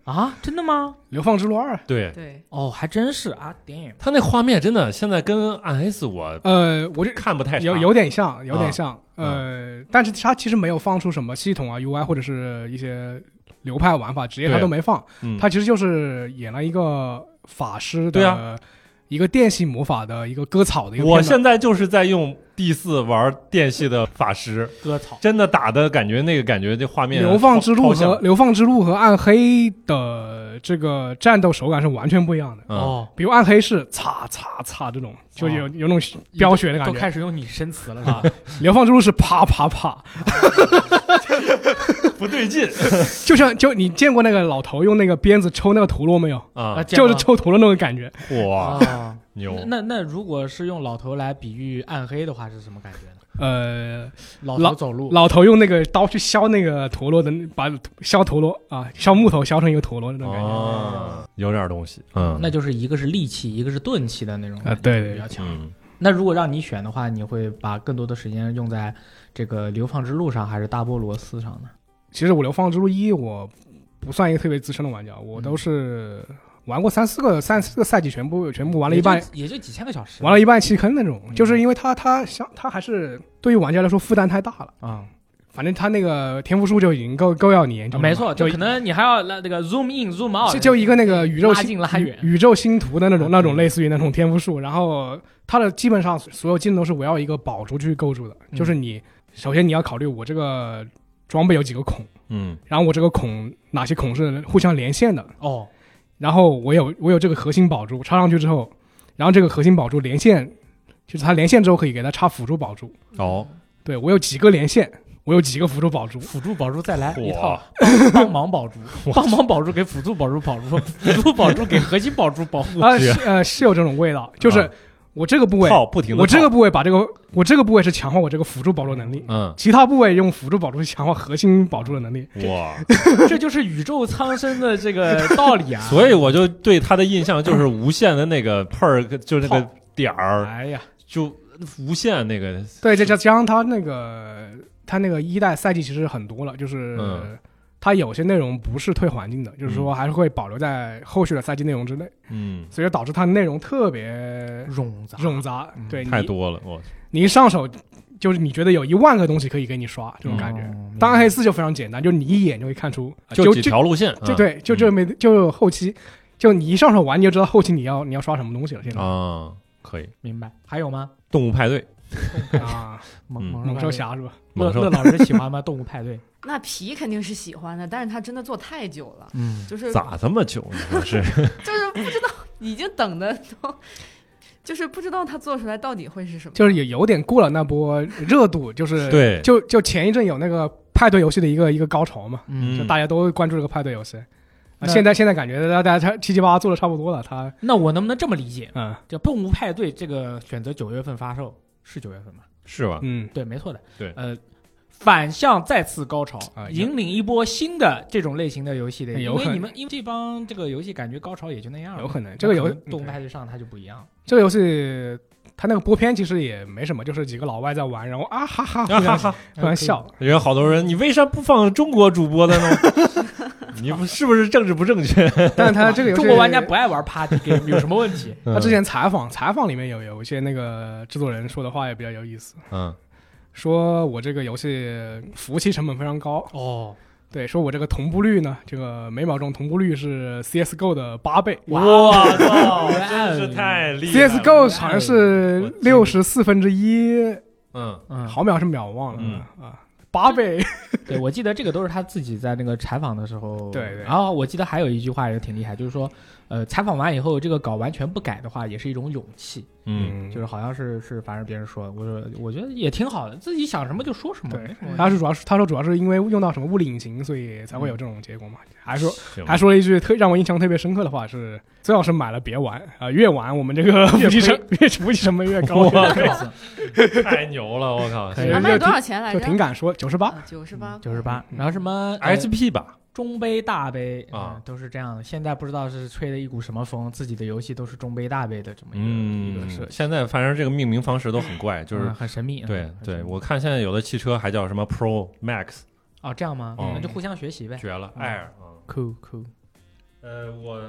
啊，真的吗？
《流放之路二》。
对
哦对，
哦，还真是啊，电影
他那画面真的现在跟暗黑四我
呃，我这
看不太
有
差
有点像，有
啊嗯
点像。呃，但是它其实没有放出什么系统啊、UI 或者是一些流派玩法，职业它
对
都没放。
嗯
它其实就是演了一个法师
对啊
的一个电系魔法的一个割草的一个
我
片段。
现在就是在用 D 四玩电系的法师，
割草，
真的打的感觉，那个感觉，这画面
流放之路
超
和
像
流放之路和暗黑的这个战斗手感是完全不一样的。
嗯，
哦，
比如暗黑是擦擦擦这种，
哦
就有有那种飙血的感
都
觉；
开始用拟声词了是吧？
流放之路是啪啪啪，
不对 劲
就像就你见过那个老头用那个鞭子抽那个陀螺没有？
啊！
就是抽陀螺那种感觉。
哇，
啊。
牛！
那那如果是用老头来比喻暗黑的话，是什么感觉呢？
呃，
老
老
头走路，
老头用那个刀去削那个陀螺的，把削陀螺啊，削木头削成一个陀螺那种感觉。
哦，有点东西，嗯，
那就是一个是利器，一个是钝器的那种
啊
感觉
对对
比较强。
嗯，
那如果让你选的话，你会把更多的时间用在这个流放之路上，还是大菠萝丝上呢？
其实我《流放之路一》我不算一个特别资深的玩家，
嗯
我都是玩过三四个三四个赛季，全部全部玩了一半
也，就，也就几千个小时，
玩了一半弃坑那种。
嗯
就是因为它它像它还是对于玩家来说负担太大了，
啊、
反正它那个天赋树就已经够够要你研究了嘛。
没错，
就
就可能你还要那那个 zoom in zoom
就
out，
就一个那个宇宙
拉
星
近拉远
宇宙星图的那种
啊
那种
对
类似于那种天赋树，然后它的基本上所有技能都是围绕一个宝珠去构筑的，
嗯
就是你首先你要考虑我这个装备有几个孔，
嗯，
然后我这个孔哪些孔是互相连线的，
哦，
然后我有我有这个核心宝珠插上去之后，然后这个核心宝珠连线，就是它连线之后可以给它插辅助宝珠，
哦，
对我有几个连线，我有几个辅助宝珠，
辅助宝珠再来
嚯
一套，帮帮忙宝珠，帮忙宝珠给辅助宝珠保护，辅助宝珠给核心宝珠保护。
啊
是
是呃是有这种味道，就是
啊
我这个部位。
套不停的，
我这个，部位把这个，我这个部位是强化我这个辅助宝珠能力，
嗯，
其他部位用辅助宝珠去强化核心宝珠的能力。
哇，！
这就是宇宙苍生的这个道理啊
所以我就对他的印象就是无限的那个 perk，就是那个点儿，
哎呀，
就无限那个，
对，再加加上它那个它那个一代赛季其实很多了，就是、
嗯
它有些内容不是退环境的，就是说还是会保留在后续的赛季内容之内，
嗯，
所以导致它内容特别
冗杂，
冗杂。
嗯
对，
太
你
多了，我
你一上手就是你觉得有一万个东西可以给你刷这种感觉。
哦
当然黑四就非常简单，就你一眼就会看出，
啊就几
就
条路线，
就
嗯
对，就这没就后期，就你一上手玩你就知道后期你要你要刷什么东西了。现在
啊，可以，
明白。还有吗？
动物派对，
啊，
猛
嗯
猛
猛兽
兽
侠是吧？
乐
猛兽
乐老师喜欢吗？动物派 对？
那皮肯定是喜欢的，但是他真的做太久了，
嗯，
就是
咋这么久呢？我是
就是不知道，已经等的都，就是不知道他做出来到底会是什么。
就是也有点过了那波热 度，就 是
对
就就前一阵有那个派对游戏的一个一个高潮嘛，
嗯
就
嗯
大家都关注这个派对游戏。啊，
那
现在现在感觉大家他七七八八做的差不多了，他
那我能不能这么理解？
嗯
就动物派对这个选择九月份发售是九月份吗？
是吧？
嗯，
对，没错的。
对
呃，反向再次高潮
啊，有
引领一波新的这种类型的游戏的，因
有可
为
能
你们因为这帮这个游戏感觉高潮也就那样
有
了。
可能这个游
嗯
嗯
那可能动物派对上它就不一样。
这个游戏它那个播片其实也没什么，就是几个老外在玩，然后啊哈哈，
啊 哈哈，
突然笑，
有好多 人，你为啥不放中国主播的呢？ 你不是不是政治不正 确？
但它这个游戏
中国玩家不嗯爱玩 party game 有什么问 题？
啊
他之前采访采访里面有有一些那个制作人说的话也比较有意思，
嗯，
说我这个游戏服务器成本非常高，
哦，
对，说我这个同步率呢，这个每秒钟同步率是 CSGO 的八倍
我 操，
原来
真是太 厉害了
，CSGO 好像是
我记得
六十四分之一
嗯，
嗯，
毫秒是秒忘了、
嗯
啊，八倍，
对，我记得这个都是他自己在那个采访的时候。
对对
然后我记得还有一句话也挺厉害，就是说，呃，采访完以后，这个稿完全不改的话，也是一种勇气。
嗯，
就是好像是是，反正别人说，我说我觉得也挺好的，自己想什么就说什么。
对
没什么问题
他是主要是他说主要是因为用到什么物理引擎，所以才会有这种结果嘛。还说
行
还说了一句特让我印象特别深刻的话是：最好是买了别玩啊、越玩我们这个武器成越武器成本越高。
哇
对
太牛了，我靠！
可
行
以
啊，卖多少钱来
就
着？啊
挺敢说九十八，
九十八，
九十八，
嗯
然后什么呃
SP 吧，
中杯、大杯
啊
嗯都是这样的。现在不知道是吹了一股什么风，自己的游戏都是中杯、大杯的这么一个、一个
嗯
设，计，
现在反正这个命名方式都很怪，就是
嗯很神秘。
对
嗯
对，我看现在有的汽车还叫什么 Pro Max，
哦，这样吗？
哦
那就互相学习呗。
绝了
嗯
，Air，嗯，
酷酷，
呃，我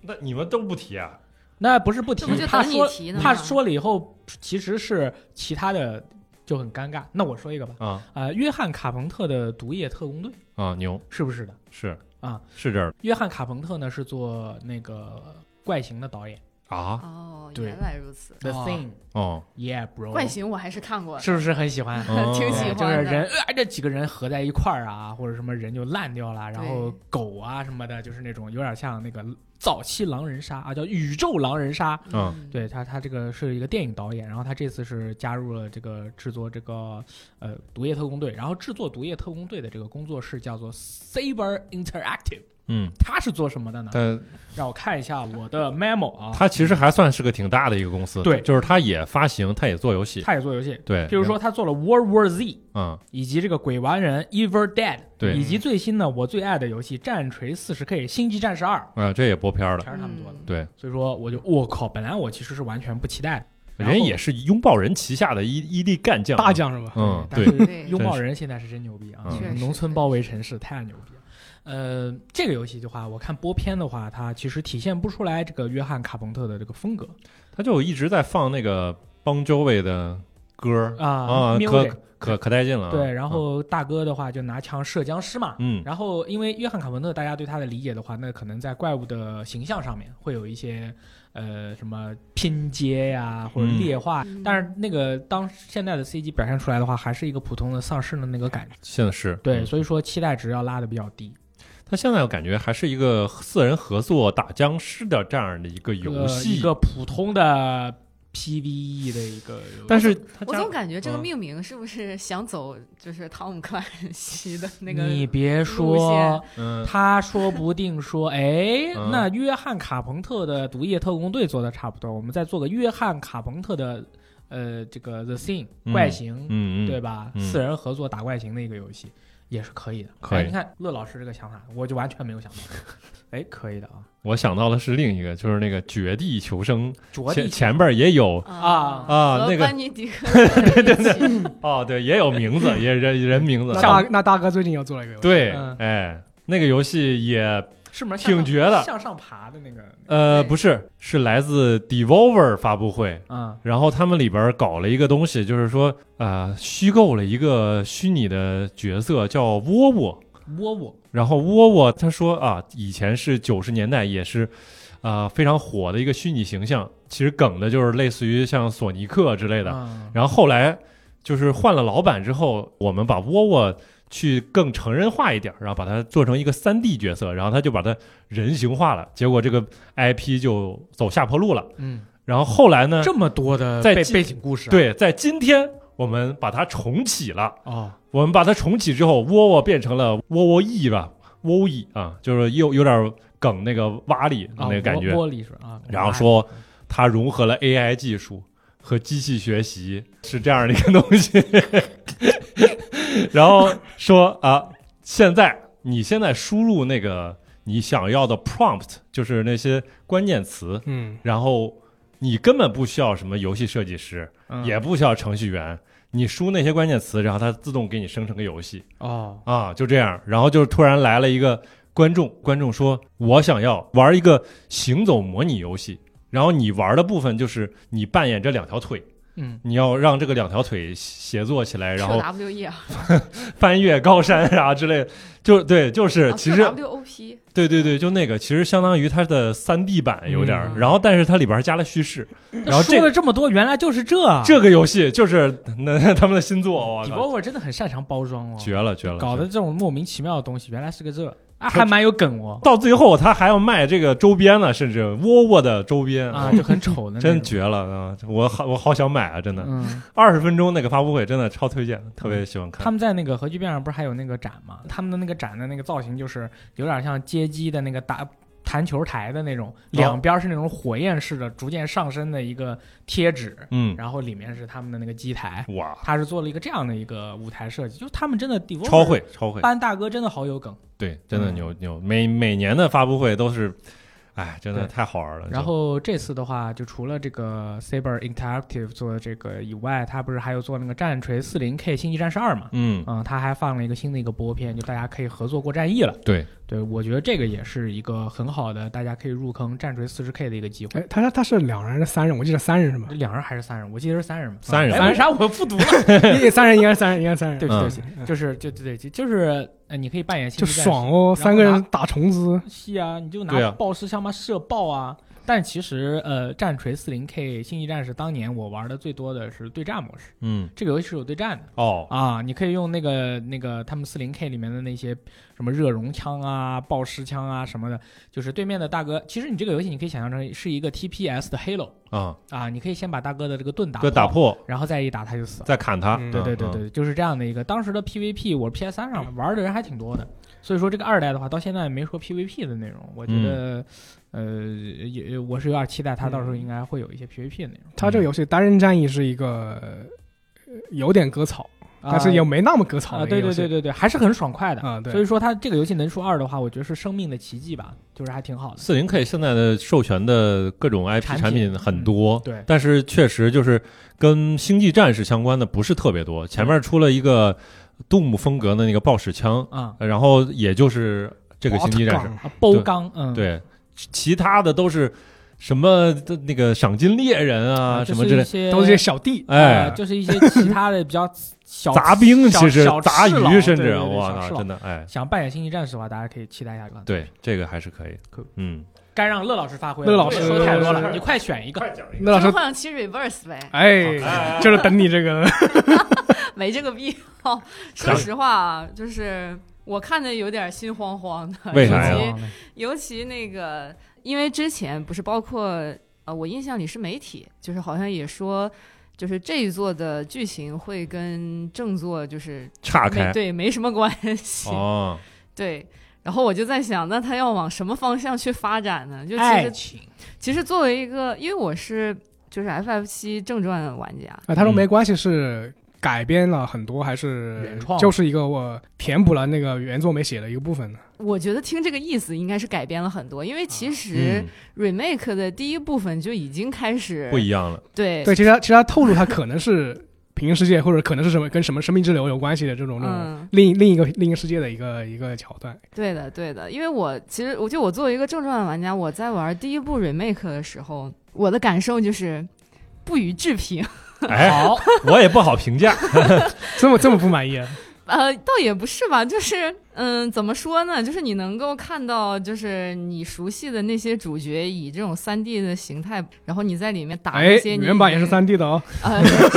那你们都不提啊？
那不是不提
这不就，
他
等你
说
提呢吗？
他说了以后，其实是其他的就很尴尬。那我说一个吧，
啊
啊，约翰卡朋特的《毒液特工队》
啊，牛
是不是的？
是
啊，
是这儿
约翰卡朋特呢是做那个怪形的导演，
的啊，
哦，
对
原来如此。
The
哦
Thing》
哦，
，Yeah bro，
怪形我还是看过的，
是不是很喜 欢？
哦
挺喜
对
欢
就
的。
是人、呃这几个人合在一块儿啊，或者什么人就烂掉了，然后狗啊什么的，就是那种有点像那个早期狼人杀啊，叫宇宙狼人杀。
嗯，
对他，他这个是一个电影导演，然后他这次是加入了这个制作这个呃《毒液特工队》，然后制作《毒液特工队》的这个工作室叫做 Saber Interactive，
嗯，
他是做什么的呢？
但
让我看一下我的 memo 啊，
它其实还算是个挺大的一个公司，
对
就是它也发行，它也做游戏，
他也做游戏，
对，
比如说他做了《World War Z》，
嗯，
以及这个《鬼玩人》Evil Dead，
对嗯
以及最新的我最爱的游戏《战锤 40K》《星际战士二
啊，这也播片儿》，了，
全是他们做的。
嗯
对，
所以说，我就我靠，本来我其实是完全不期待的，然后
人也是拥抱人旗下的一一粒干将，
大，将是吧？
嗯，
但
对，
是
对
拥抱人现在是真牛逼啊
嗯确！
实
农村包围城市太牛逼了。呃，这个游戏的话，我看播片的话，它其实体现不出来这个约翰卡朋特的这个风格
他就一直在放那个邦周伟的歌儿
啊
啊，可
music
可可带劲了啊，
对，然后大哥的话就拿枪射僵尸嘛，
嗯，
然后，因为约翰·卡文特，大家对他的理解的话，那可能在怪物的形象上面会有一些呃什么拼接呀、或者劣化。
嗯
但是那个当现在的 CG 表现出来的话，还是一个普通的丧尸的那个感觉。
现在是
对，
嗯
所以说期待值要拉的比较低。
他现在我感觉还是一个四人合作打僵尸的这样的一个游
呃
戏
一，个普通的 PVE 的一个游戏，
但是他
我
加
总感觉这个
嗯
命名是不是想走就是汤姆克兰 西的那个？
你别
路
说
线。
嗯
他说不定说，哎，
嗯
那约翰卡朋特的《毒液特工队》做的差不多，我们再做个约翰卡朋特的，呃，这个 The Thing
嗯
怪形，
嗯嗯，
对吧？
嗯
四人合作打怪形的一个游戏也是可以的。
可以
哎你看乐老师这个想法，我就完全没有想到。哎，可以的啊，
我想到的是另一个，就是那个《绝地求生》
着
前
地
前边也有
啊
啊
和
那个
班尼迪克对对对，
哦，对，也有名字，也人人名字
那，
像
大那大哥最近又做了一个游戏，
对
嗯，
哎，那个游戏也
是不是
挺绝的
向上爬的那个，
呃
对
不是，是来自 Devolver 发布会，
嗯
然后他们里边搞了一个东西，就是说呃虚构了一个虚拟的角色叫窝窝，
窝窝，
然后窝窝他说啊，以前是九十年代也是，呃非常火的一个虚拟形象，其实梗的就是类似于像索尼克之类的，
嗯
然后后来就是换了老板之后，我们把窝窝去更成人化一点，然后把它做成一个三 D 角色，然后他就把它人形化了，结果这个 IP 就走下坡路了。
嗯，
然后后来呢，
这么多的
在
背
进
背景故事啊，
对，在今天我们把它重启了，
哦，
我们把它重启之后，窝窝变成了窝窝 E 吧，窝窝 E 啊，就是又有点梗那个蛙里
啊
那个感觉，
窝窝里是吧啊，
然后说它融合了 AI 技术和机器学习，是这样的一个东西。 然后说啊，现在你现在输入那个你想要的 prompt，就是那些关键词，
嗯，
然后你根本不需要什么游戏设计师，
嗯
也不需要程序员。你输那些关键词，然后它自动给你生成个游戏
哦，
啊，就这样。然后就突然来了一个观众，观众说：“我想要玩一个行走模拟游戏。”然后你玩的部分就是你扮演这两条腿，
嗯，
你要让这个两条腿协作起来，然后
W E 啊
翻越高山啥、之类的，就对，就是
哦
其实
W O P
对对对，就那个其实相当于它的三 D 版有点儿，
嗯
然后但是它里边还加了叙事，然后这
说了这么多，原来就是这啊。
这个游戏就是那他们的新作，我
d e v o
靠，
v e r 真的很擅长包装哦，
绝了绝了，
搞
绝
的
了
这种莫名其妙的东西，原来是个这啊，
他
还蛮有梗哦
到最后他还要卖这个周边呢，甚至窝窝的周边
啊，就很丑的那种，
真绝了啊！我好我好想买啊，真的，
嗯，
二十分钟那个发布会真的超推荐，特别喜欢看。
他们在那个核聚变上不是还有那个展吗？他们的那个展的那个造型就是有点像街机的那个打弹球台的那种，
哦
两边是那种火焰式的逐渐上升的一个贴纸，
嗯，
然后里面是他们的那个机台，
哇，
他是做了一个这样的一个舞台设计，就是他们真的 d e v o
超，会超会，
班大哥真的好有梗。
对，真的
嗯
牛牛，每每年的发布会都是，哎，真的
对
太好玩了。
然后这次的话，就除了这个 Saber Interactive 做的这个以外，他不是还有做那个战锤 40K 星际战士二嘛？
就，嗯，
嗯，他还放了一个新的一个播片，就大家可以合作过战役了。
对，
对，我觉得这个也是一个很好的大家可以入坑战锤 40K 的一个机会。
哎，他他他是两人还是三人？我记得三 人是吗
这？两人还是三人？我记得是三人嘛。
三人
哎为啥我复读了？
一三人应该是三人，应该是三人。
对不起，对不
嗯
起，就是就对对，就就是呃，你可以扮演星
就
际战士
爽哦，
然后
三个
拿
人打虫子，
戏啊，你就
对
拿
啊
爆石枪把射爆啊。但其实呃，战锤 40K 星际战士当年我玩的最多的是对战模式，
嗯，
这个游戏是有对战的。
哦，
啊，你可以用那个那个他们四零 K 里面的那些什么热熔枪啊、爆石枪啊什么的，就是对面的大哥。其实你这个游戏你可以想象成是一个 TPS 的 Halo
啊，
啊，你可以先把大哥的这个盾打
哥打
破，
破，
然后再一打他就死了。
再砍他，
嗯
对对对
嗯，
对，就是这样的一个。当时的 PVP 我 PS 三上玩的人还挺多的，所以说这个二代的话，到现在没说 PVP 的内容，我
嗯
觉得、呃也也我是有点期待他到
嗯
时候应该会有一些 PVP 的内容。
他这个游戏单人战役是一个呃有点割草，但是
啊
也没那么割草
啊，
的一个
对
游
对
戏
对对对，还是很爽快的
嗯
啊对
所以说它这个游戏能出二的话，我觉得是生命的奇迹吧，就是还挺好的。
四零 K 现在的授权的各种 IP
产
产品
品嗯
很多，
对
但是确实就是跟星际战士相关的不是特别多。前面出了一个杜姆风格的那个暴矢枪，
啊
然后也就是这个星际战士，
Botgun
啊，包钢，嗯，
对，其其他的都是什么的那个赏金猎人啊，
就
什
是
么之
一
类，
些
都是些小弟，啊
呃
哎，
就是一些其他的比较小
杂兵
小
其实
小
杂
赤佬
鱼甚至，
对对对
我
小赤
靠，
佬
真的哎，
想扮演星际战士的话，大家可以期待一下。，
对，这个还是可以
Cool，
嗯，
该让乐老师发挥了，
乐老
我也
师
说太多了，
是
你快选一个。
讲
那老
生
师，
化七 Reverse 呗，
哎，就是等你这个，
没这个必要。说实话啊，就是我看的有点心慌慌的，
为啥呀
尤其尤其那个，因为之前不是包括呃，我印象里是媒体，就是好像也说。就是这一座的剧情会跟正作就是
岔
没
开
对没什么关系，
哦，
对。然后我就在想，那他要往什么方向去发展呢？就其
爱
实
情，
其实作为一个，因为我是就是 FF 七正传玩家，
啊，他说
嗯
没关系，是改编了很多，还是
原创
就是一个我填补了那个原作没写的一个部分的。
我觉得听这个意思应该是改编了很多，因为其实
嗯，
remake 的第一部分就已经开始
不一样了，
对
对，其实他其实他透露他可能是 平行世界，或者可能是什么跟什么生命之流有关系的这种这种
嗯，
另另一个另一个世界的一个一个桥段。
对的对的，因为我其实我就我作为一个正传玩家，我在玩第一部 remake 的时候，我的感受就是不予置评。
哎，
好，
我也不好评价，
这么这么不满意啊？
呃，倒也不是吧，就是嗯，怎么说呢？就是你能够看到，就是你熟悉的那些主角以这种三 D 的形态，然后你在里面打
哎
那，些你
原版也是三 D 的哦，
呃，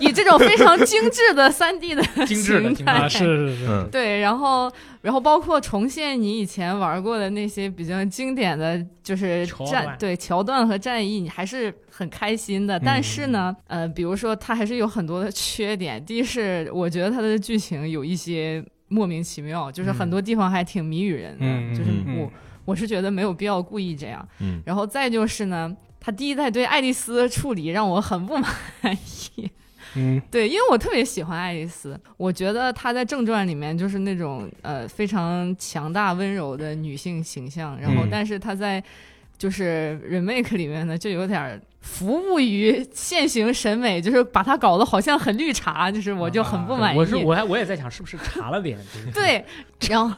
以这种非常精致的三 D 的
精致的
形
精致的
态
啊，是是是，
嗯，
对，然后然后包括重现你以前玩过的那些比较经典的就是
桥
战
段
对桥段和战役，你还是很开心的。但是呢，呃，比如说它还是有很多的缺点。第一是我觉得它的剧情有一些莫名其妙，就是很多地方还挺谜语人的，
嗯
就是
嗯
嗯
我我是觉得没有必要故意这样。
嗯
然后再就是呢，它第一代对爱丽丝的处理让我很不满意。
嗯，
对，因为我特别喜欢爱丽丝，我觉得她在正传里面就是那种呃非常强大温柔的女性形象，然后
嗯
但是她在就是 remake 里面呢，就有点儿服务于现行审美，就是把她搞得好像很绿茶，就是我就很不满
啊
意。
我是我还我也在想是不是查了 点，就是
对，然后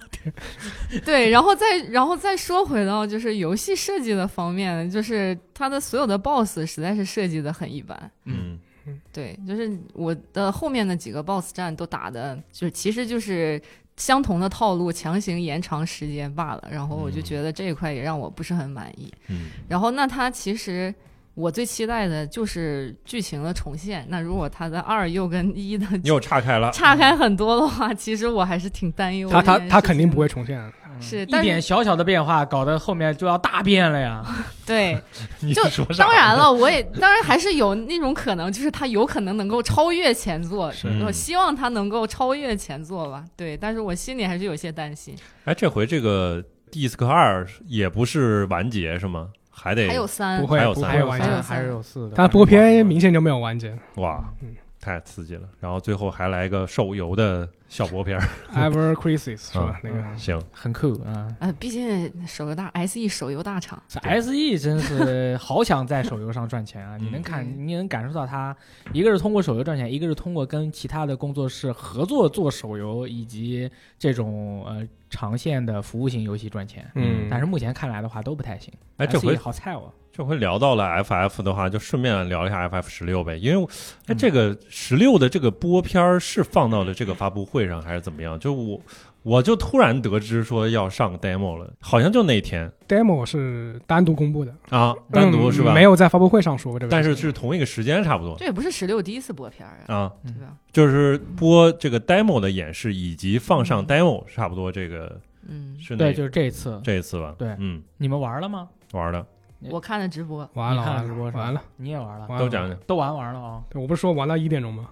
对，然后再然后再说回到就是游戏设计的方面，就是它的所有的 BOSS 实在是设计的很一般。
嗯，
嗯
对，就是我的后面的几个 BOSS 战都打的，就是其实就是相同的套路，强行延长时间罢了。然后我就
嗯
觉得这一块也让我不是很满意。
嗯
然后那它其实我最期待的就是剧情的重现。那如果它的二又跟一的
又岔开了，
岔开很多的话，其实我还是挺担忧。
他他他肯定不。会重现。啊
是，
嗯一
但
点
是
小小的变化，搞得后面就要大变了呀。
对，
你
就
说啥
当然了，我也当然还是有那种可能，就是它有可能能够超越前作。
是
嗯
我希望它能够超越前作吧，对，但是我心里还是有些担心。
哎，这回这个 Disc 二也不是完结是吗？还得
还有三
嗯
不，会
还有
不
三
会
有
完
还
结
有，
三，
三
还是有四的。
但播片明显就没有完结。
哇
嗯，
太刺激了！然后最后还来个手游的效果片 儿，
Ever Crisis 是吧？那个
嗯
行，
很酷啊。
呃，毕竟手游大 S E 手游大厂，
这
对
SE 真是好想在手游上赚钱啊！你能看，你能感受到它，一个是通过手游赚钱，一个是通过跟其他的工作室合作做手游，以及这种呃长线的服务型游戏赚钱。
嗯
但是目前看来的话都不太行。
哎，这回
SE 好菜哦，
这回聊到了 FF 的话，就顺便聊一下 FF 十六呗，因为我
嗯
哎，这个十六的这个播片儿是放到了这个发布会上还是怎么样？就我我就突然得知说要上 demo 了，好像就那天
demo 是单独公布的，
啊，单独
嗯
是吧？
没，有在发布会上说过这个
但
事情，
是是同一个时间差不多
这也不是十六第一次播片儿啊，
啊，
对吧？
就是播这个 demo 的演示以及放上 demo，差不多这个
嗯，
是那
嗯对，就是这一次，
这一次吧？
对
嗯，
你们玩了吗？
玩的
我看的直播，
完了
你看了
完
直播
了
是吧
完了，
你也玩了，
完了
啊都讲讲，
都玩完了啊、
我不是说玩到一点 钟吗？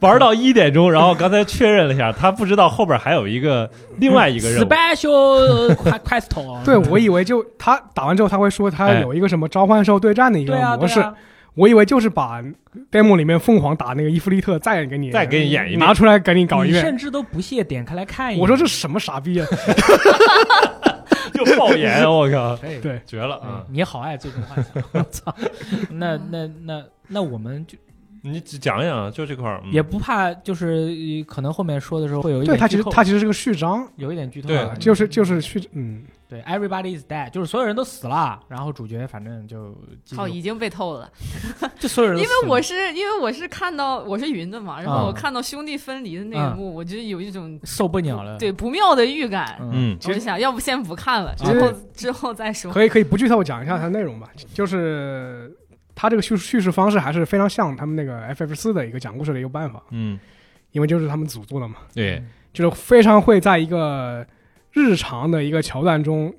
玩到一点钟，然后刚才确认了一下，他不知道后边还有一个另外一个
嗯
任务。
Special Quest 啊
对，我以为就他打完之后他会说他
哎
有一个什么召唤兽对战的一个
对啊
模
对
式，
啊，
我以为就是把 demo 里面凤凰打那个伊芙利特再给你
再给你演一遍
拿出来给你搞一
你
遍。
甚至都不屑点开来看一眼。
我说这什么傻 逼啊！
就爆眼，我靠，
对
对
绝了
啊
啊！！
你好爱最终幻想，我操！那那那那我们就
你只讲讲啊，就这块儿，嗯
也不怕，就是呃可能后面说的时候会有一
对
点
他其
剧
实
透
他其实是个序章，
有一点剧透
对
啊，
就是就是序，嗯，
对，everybody is dead，就是所有人都死了，然后主角反正就继续
好，已经被透了。
就所有人
因
都死了，
为我是因为我是看到我是云的嘛，然后
啊
我看到兄弟分离的那一幕，我就有一种
受不了了，
对不妙的预感，
嗯，
嗯，
我就想要不先不看了，
其
之
实
后之后再说。
可以可以不剧透讲一下它的内容吧，就是它这个叙叙事方式还是非常像他们那个 FF 四的一个讲故事的一个办法，
嗯，
因为就是他们组做的嘛，
对，
就是非常会在一个日常的一个桥段中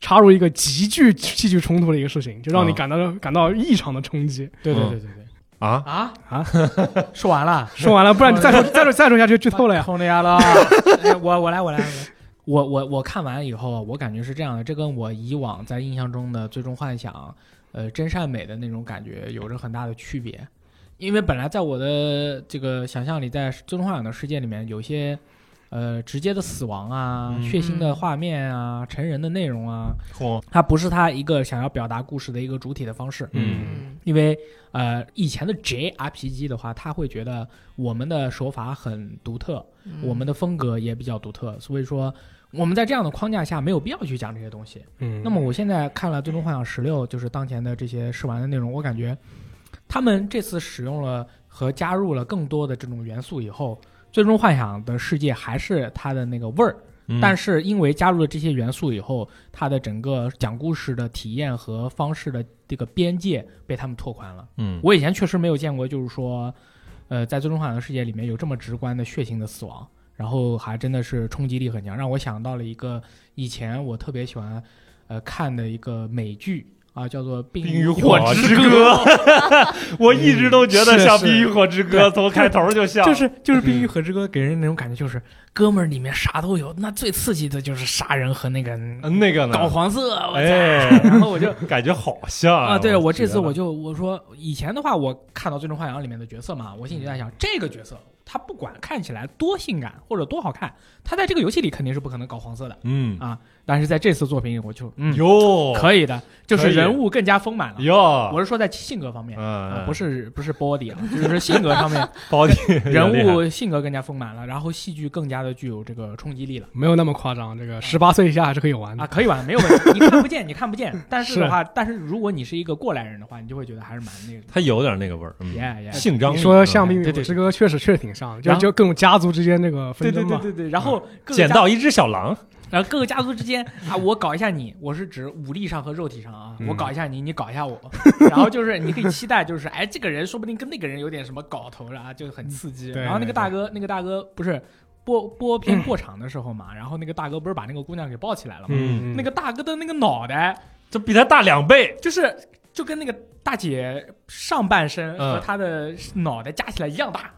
插入一个极具戏剧冲突的一个事情，就让你
啊
感到、感到异常的冲击。
对对
嗯
对对对
啊，
啊
啊！
说完了，
说完了，不然你 再说再说再说下去剧透了呀。
通的呀了。 哎我我来我来，我来我我我看完以后，我感觉是这样的，这跟我以往在印象中的《最终幻想》呃真善美的那种感觉有着很大的区别。因为本来在我的这个想象里，在《最终幻想》的世界里面，有些呃直接的死亡啊、
嗯
血腥的画面啊、成人的内容啊，
轰，
它不是它一个想要表达故事的一个主体的方式。
嗯
嗯
因为呃，以前的 JRPG 的话，他会觉得我们的手法很独特，
嗯
我们的风格也比较独特，所以说我们在这样的框架下没有必要去讲这些东西。
嗯
那么我现在看了《最终幻想十六》，就是当前的这些试玩的内容，我感觉他们这次使用了和加入了更多的这种元素以后，《最终幻想》的世界还是它的那个味儿，但
是
是因为加入了这些元素以后，它的整个讲故事的体验和方式的这个边界被他们拓宽了。
嗯，
我以前确实没有见过，就是说，呃，在最终幻想的世界里面有这么直观的血腥的死亡，然后还真的是冲击力很强，让我想到了一个以前我特别喜欢，呃，看的一个美剧啊，叫做《冰
冰与
火
火
之
之歌， 我一直都觉得
是
像《
是
冰与火之歌》，从开头就像，
就是就是《
嗯
冰与火之歌》给人那种感觉，就是哥们儿里面啥都有，那最刺激的就是杀人和那个
嗯那个呢，
搞黄色，我操！
哎
然后我就
感觉好像
啊，对我
觉
这次
得
我就我说以前的话，我看到《最终幻想》里面的角色嘛，我心里就在想，这个角色它不管看起来多性感或者多好看，它在这个游戏里肯定是不可能搞黄色的。
嗯
啊但是在这次作品里，我就嗯，
哟，
可以的，就
可
是
以
人物更加丰满了。
哟，
我是说在性格方面。啊
嗯，，
不是不是 body 啊，就是说性格上面，
包弟
人物性格更加丰满了，然后戏剧更加的具有这个冲击力了
没有那么夸张，这个十八岁以下还是可以玩的
啊，。可以玩，没有问题。你看不见，你看不见，但是的
是
话，但是如果你是一个过来人的话，你就会觉得还是蛮那个
他有点那个味儿，嗯
耶耶。
性张力。
你说像《
嗯
命运之歌》确实确实挺像，就
然后
就各种家族之间那个
对对
纷争
对
嘛。
对对，然后各个
啊捡
家，
到一只小狼，
然后各个家族之间啊，我搞一下你，我是指武力上和肉体上啊，
嗯
我搞一下你，你搞一 下我，然后就是你可以期待，就是哎，这个人说不定跟那个人有点什么搞头了啊，就很刺
嗯
激。
对
然后那
对
个大哥，那个大哥不是播播片过场的时候嘛，然后那个大哥不是把那个姑娘给抱起来了嘛，
嗯
那个大哥的那个脑袋
这比他大两倍，
就是就跟那个大姐上半身
嗯
和她的脑袋加起来一 样大，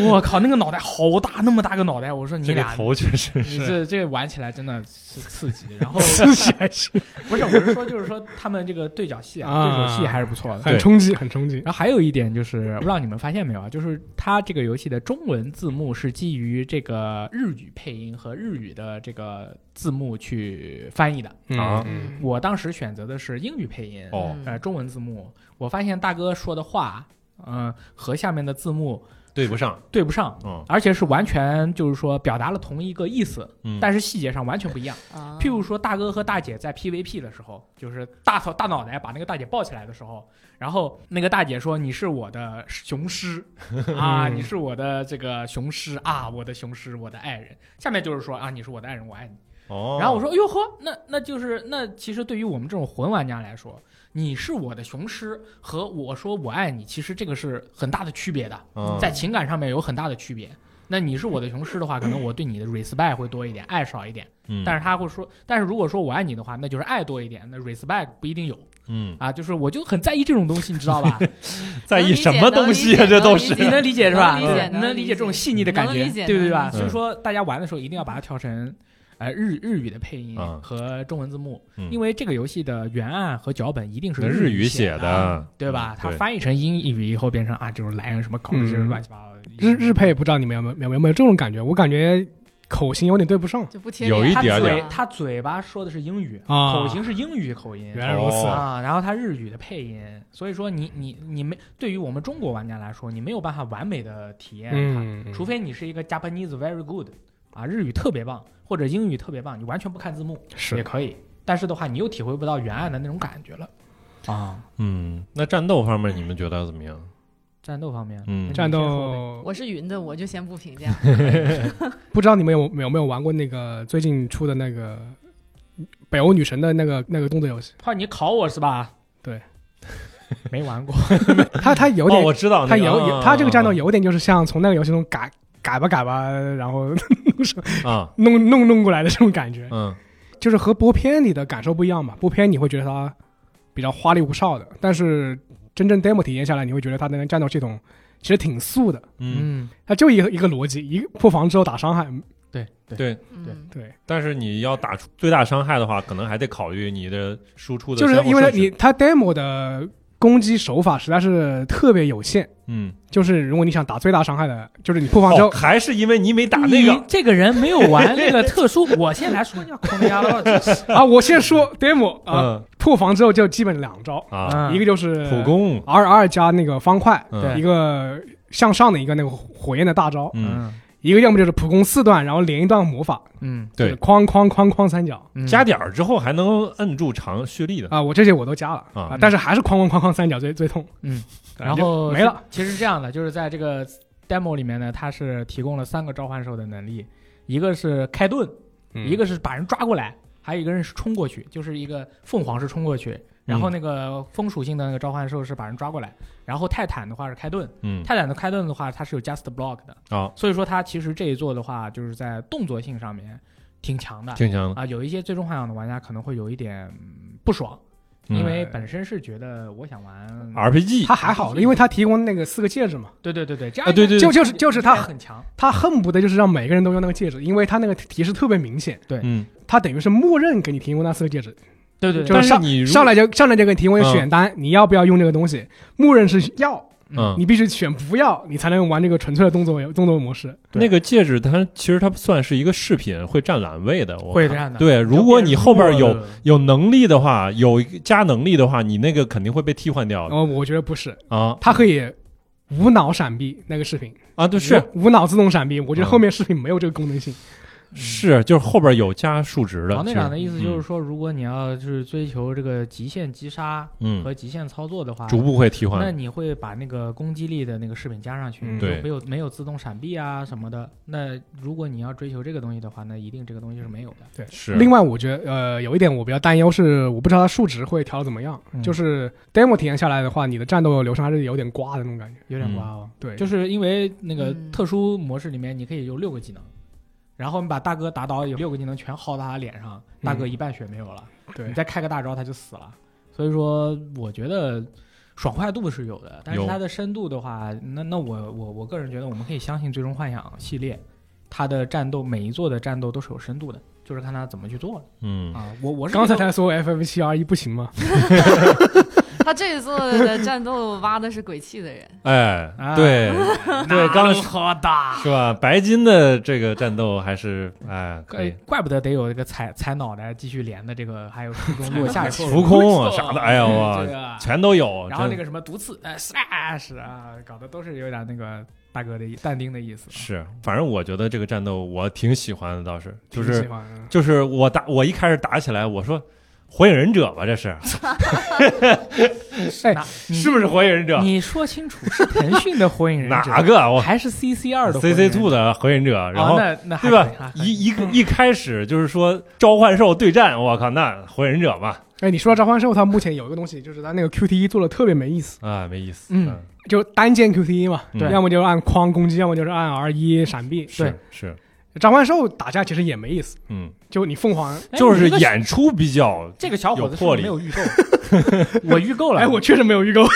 我靠，那个脑袋好大，那么大个脑袋，我说你
这个
俩。
头确 实
你
是
这这玩起来真的是刺激，然 后
自己还是
不是我是说就是说他们这个对角戏啊，对
啊
手戏还是不错的。
对
很冲击，很冲击。
然后还有一点就是，不知道你们发现没有啊，就是它这个游戏的中文字幕是基于这个日语配音和日语的这个字幕去翻译的。
啊
嗯
我当时选择的是英语配音，
哦
嗯
呃，中文字幕，我发现大哥说的话，嗯、和下面的字幕
对不上，
对不上，
嗯
而且是完全就是说表达了同一个意思，
嗯，
但是细节上完全不一样。
啊
譬如说，大哥和大姐在 PVP 的时候，就是大头大脑袋把那个大姐抱起来的时候，然后那个大姐说：“你是我的 雄狮啊，
嗯
你是我的这个雄狮啊，我的雄狮，我的爱人。”下面就是说啊，你是我的爱人，我爱你。
哦，
然后我说：“哎呦呵，那那就是那其实对于我们这种混玩家来说，你是我的雄狮和我说我爱你，其实这个是很大的区别的，
嗯
在情感上面有很大的区别。那你是我的雄狮的话，可能我对你的 respect 会多一点，爱少一点。
嗯，
但是他会说，但是如果说我爱你的话，那就是爱多一点，那 respect 不一定有
嗯，
啊。就是我就很在意这种东西，你知道 吧？
在意什么东西啊？
能理解
这都是
能理
你能理解是吧？
能理解
嗯
能
能理解这种细腻的感
能
觉
理，解
对不对吧？
能
理解
所以说大家玩的时候一定要把它调成。呃，日日语的配音
嗯
和中文字幕，
嗯
因为这个游戏的原案和脚本一定是
那日
语
语写
的，
的，嗯
对吧？它
对
翻译成英语以后变成啊，这种来源什么搞，这
嗯
种乱七八糟的。
日日配不知道你们有没有有没有这种感觉？我感觉口型有点对不上。
就不贴
有
脸
一
他
点儿
嘴
点
他嘴巴说的是英语，
啊
口型是英语口音，
原来如此
哦
啊，然后它日语的配音，所以说你你你没对于我们中国玩家来说，你没有办法完美的体验它，
嗯，
除非你是一个 Japanese very good 啊，日语特别棒或者英语特别棒，你完全不看字幕也
是
可以，但是的话你又体会不到原案的那种感觉了啊。
嗯，那战斗方面你们觉得怎么样？
战斗方面，
嗯
那你
战
先说呗
斗。
我是云的，我就先不 评价。
不知道你们有有没有玩过那个最近出的那个北欧女神的那个那个动作游戏？
靠，你考我是吧？
对，
没玩过，
它它有
哦，
点，
我知道那
它
个，
有有
啊
它这个战斗有点就是像从那个游戏中改改吧改吧，然后
啊，
弄弄弄过来的这种感觉。
嗯
就是和播片里的感受不一样嘛。播片你会觉得它比较花里胡哨的，但是真正 demo 体验下来，你会觉得它的战斗系统其实挺素的，
嗯，，
它就一个一个逻辑，一个破防之后打伤害。
对对
对。
嗯，
对，
但是你要打出最大伤害的话，可能还得考虑你的输出的
就是
先后
因为它
顺序
你它 demo 的攻击手法实在是特别有限，
嗯，
就是如果你想打最大伤害的，就是你破防之
哦，
后，
还是因为你没打那
你
个，
这个人没有玩那个特殊，我先来说一下孔明亚拉这是
啊，我 先说 demo 啊，
嗯
破防之后就基本两招，
啊，
嗯
一个就是
普攻，
R R 加那个方块，
嗯
对
一个向上的一个那个火焰的大招，
嗯，
一个要么就是普攻四段，然后连一段魔法，
嗯
对
就是哐哐哐哐三角
嗯
加点儿之后还能摁住长蓄力的，
啊，我这些我都加了
啊
啊，但是还是哐哐哐哐三角最最痛。
嗯，
啊
然后
就没了。
其实是这样的，就是在这个 demo 里面呢，它是提供了三个召唤兽的能力，一个是开盾，
嗯
一个是把人抓过来，还有一个人是冲过去，就是一个凤凰是冲过
嗯
去。然后那个风属性的那个召唤兽是把人抓过来，然后泰坦的话是开盾，
嗯
泰坦的开盾的话它是有 just block 的，
啊，
所以说它其实这一座的话就是在动作性上面挺强的，
挺强的，
啊，有一些最终幻想的玩家可能会有一点嗯不爽，
嗯
因为本身是觉得我想玩，
RPG
他还好，因为他提供那个四个戒指嘛，
对对对对，这
啊，
样
对对，
就
对
就是就是
他
他
很强，
他恨不得就是让每个人都用那个戒指，因为他那个提示特别明显，
嗯，
他等于是默认给你提供那四个戒指，
对对
就
但
对，
是
上
你如
上来就上来就给你提供一个选单，你要不要用这个东西？默认是要，
嗯，
你必须选不要，你才能玩这个纯粹的动作游动作模式。
那个戒指它其实它算是一个饰品，会占栏位的，我
会
看
占的
对，如果你后边有
如果
有能力的话，有加能力的话，你那个肯定会被替换掉
然
的
后我觉得不是，
啊
它可以无脑闪避那个视频，
啊！对，是
无无脑自动闪避。我觉得
嗯
后面视频没有这个功能性。
是，就是后边有加数值的。
王队
其实
长的意思就是
嗯
说，如果你要就是追求这个极限击杀
嗯，
和极限操作的话，
逐步会替
那
换。
你会把那个攻击力的那个饰品加上去，
嗯
就
对
没有没有自动闪避啊什么的。那如果你要追求这个东西的话，那一定这个东西是没有的。
是
另外，我觉得呃有一点我比较担忧是，我不知道它数值会调的怎么样。
嗯
就是 demo 体验下来的话，你的战斗流程还是有点瓜的那种感觉。
有
嗯
点瓜哦。
对，
就是是因为那个
嗯
特殊模式里面，你可以有六个技能，然后你把大哥打倒，有六个技能全薅到他脸上，大哥
嗯
一半血没有了，
对
你，再开个大招他就死了。所以说，我觉得爽快度是有的，但是
有
它的深度的话，那那我我我个人觉得，我们可以相信《最终幻想》系列，它的战斗每一座的战斗都是有深度的，就是看他怎么去做了
嗯，
啊。我我是
刚才
觉得
才说 FF 七 R 一不行吗？
他这一座的战斗挖的是鬼泣的人，
哎
啊，
对对，刚哎
好打，
是吧？白金的这个战斗还是哎可以
怪怪不得得有一个踩踩脑袋继续连的这个，还有空中落下以 后
浮空啊啥的，哎呀我
对 啊
全都有。
然后那
真
个什么毒刺，哎，slash 啊，搞得都是有点那个大哥的意但丁的意思。
是，反正我觉得这个战斗我挺喜欢的，倒是就
挺
是
喜欢的
就是我打我一开始打起来，我说火影忍者吧，这是
嗯
哎
那
是不是火影忍者？
你说清楚，是腾讯的火影忍者，
哪个啊我
还是 CC 二的
C C two
的？
的火影忍者？然
哦，
后
那那还
对
可以
吧
还？可以嗯
一一个一开始就是说召唤兽对战，我靠，那火影忍者嘛，
哎，你说到召唤兽，它目前有一个东西，就是它那个 QTE 做的特别没意思，
啊，没意思。
嗯，
就单键 QTE 嘛，
对
要么就是按框攻击，要么就是按 R 一闪避。
是是，
召唤兽打架其实也没意思，
嗯，
就你凤凰，
哎
就
你
是
这个
演出比较
这个小伙子是
有魄
不
力
是没有预购，我预购了。
哎，我确实没有预购，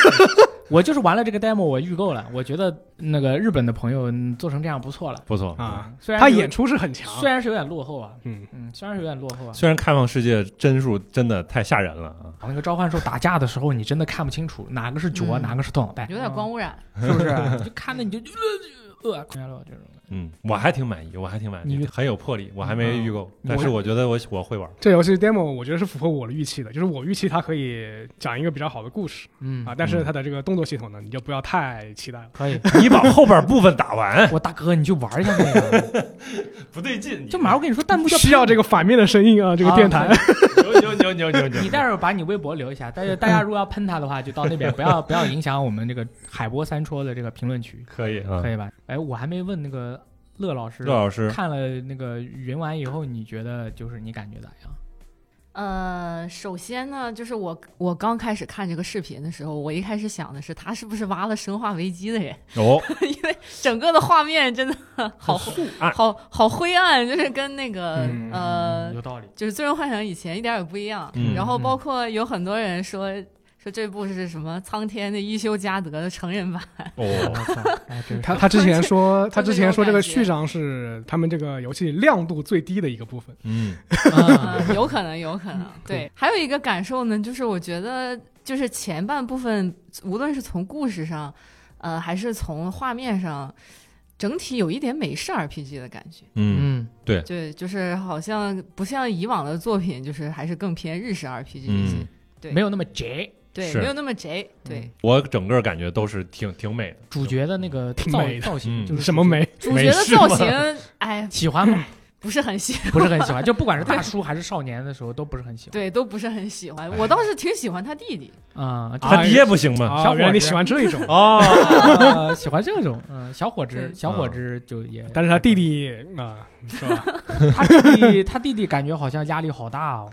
我就是玩了这个 demo，我预购了。我觉得那个日本的朋友嗯做成这样不错了
不错
啊。
虽然
他
有
演出是很强，
虽然是有点落后啊，
嗯，
嗯，虽然是有点落后啊。
虽然开放世界帧数真的太吓人了啊，
那个召唤兽打架的时候，你真的看不清楚哪个是脚，
嗯
哪个是头脑袋，
有点光污染。
是不是？你就看着你就呃呃，了这种。
嗯，我还挺满意，我还挺满意，
你
很有魄力，我还没
嗯
预购，
你
但是
会
我觉得我我 会玩，
这游戏 demo 我觉得是符合我的预期的，就是我预期它可以讲一个比较好的故事
嗯
啊，，但是它的这个动作系统呢，你就不要太期待了。
可以。
你把后边部分打完
我大哥，你去玩一下那个。
不对劲，
就马上我跟你说，弹幕叫
需要这个反面的声音啊，这个电台。
啊
牛牛牛牛牛牛，
你待会儿把你微博留一下，但是大家如果要喷他的话，就到那边，不要不要影响我们这个海波三戳的这个评论区，
可以啊
嗯
可，以吧？哎，我还没问那个乐老师，
乐老师，
看了那个云完以后，你觉得就是你感觉咋样？
哦
呃，首先呢，就是我我刚开始看这个视频的时候，我一开始想的是他是不是挖了《生化危机》的人，
哦，
因为整个的画面真的好
素暗，
好好灰暗，就是跟那个、
嗯
呃
有，道理。
就是《最终幻想》以前一点儿也不一样。
嗯
然后包括有很多人说说这部是什么苍天的一休加德的成人版，
我
哦，
操，哎，真是
他他之前 说，他之前说这个
就是有感觉
序章是他们这个游戏亮度最低的一个部分。
嗯，
啊
嗯，有可能，有可能。对，还有一个感受呢，就是我觉得，就是前半部分，无论是从故事上，呃，还是从画面上，整体有一点美式 RPG 的感觉。
嗯，
嗯，
对，就是好像不像以往的作品，就是还是更偏日式 RPG 一些。
嗯，
对
没有那么贼。
对，
是嗯
没有那么贼。对，
我整个感觉都是挺挺美的，
主角的那个
挺
造
美的
造型
嗯
就是
什么
美，
没？
主
美
角的
式
造
吗
型，哎，
喜欢吗？
不是很喜，
不是很喜欢，就不管是大叔还是少年的时候都不是很喜欢。
对，都不是很喜欢。我倒是挺喜欢他弟弟。
啊，就
他
啊
爹不行吗？，
小
啊，
伙
原来你
子
喜欢这一种
哦，
呃，喜欢这种，嗯，小伙子，
对
小伙子就也，
啊但是他弟，弟啊，是吧？
他弟弟，他弟弟感觉好像压力好大哦，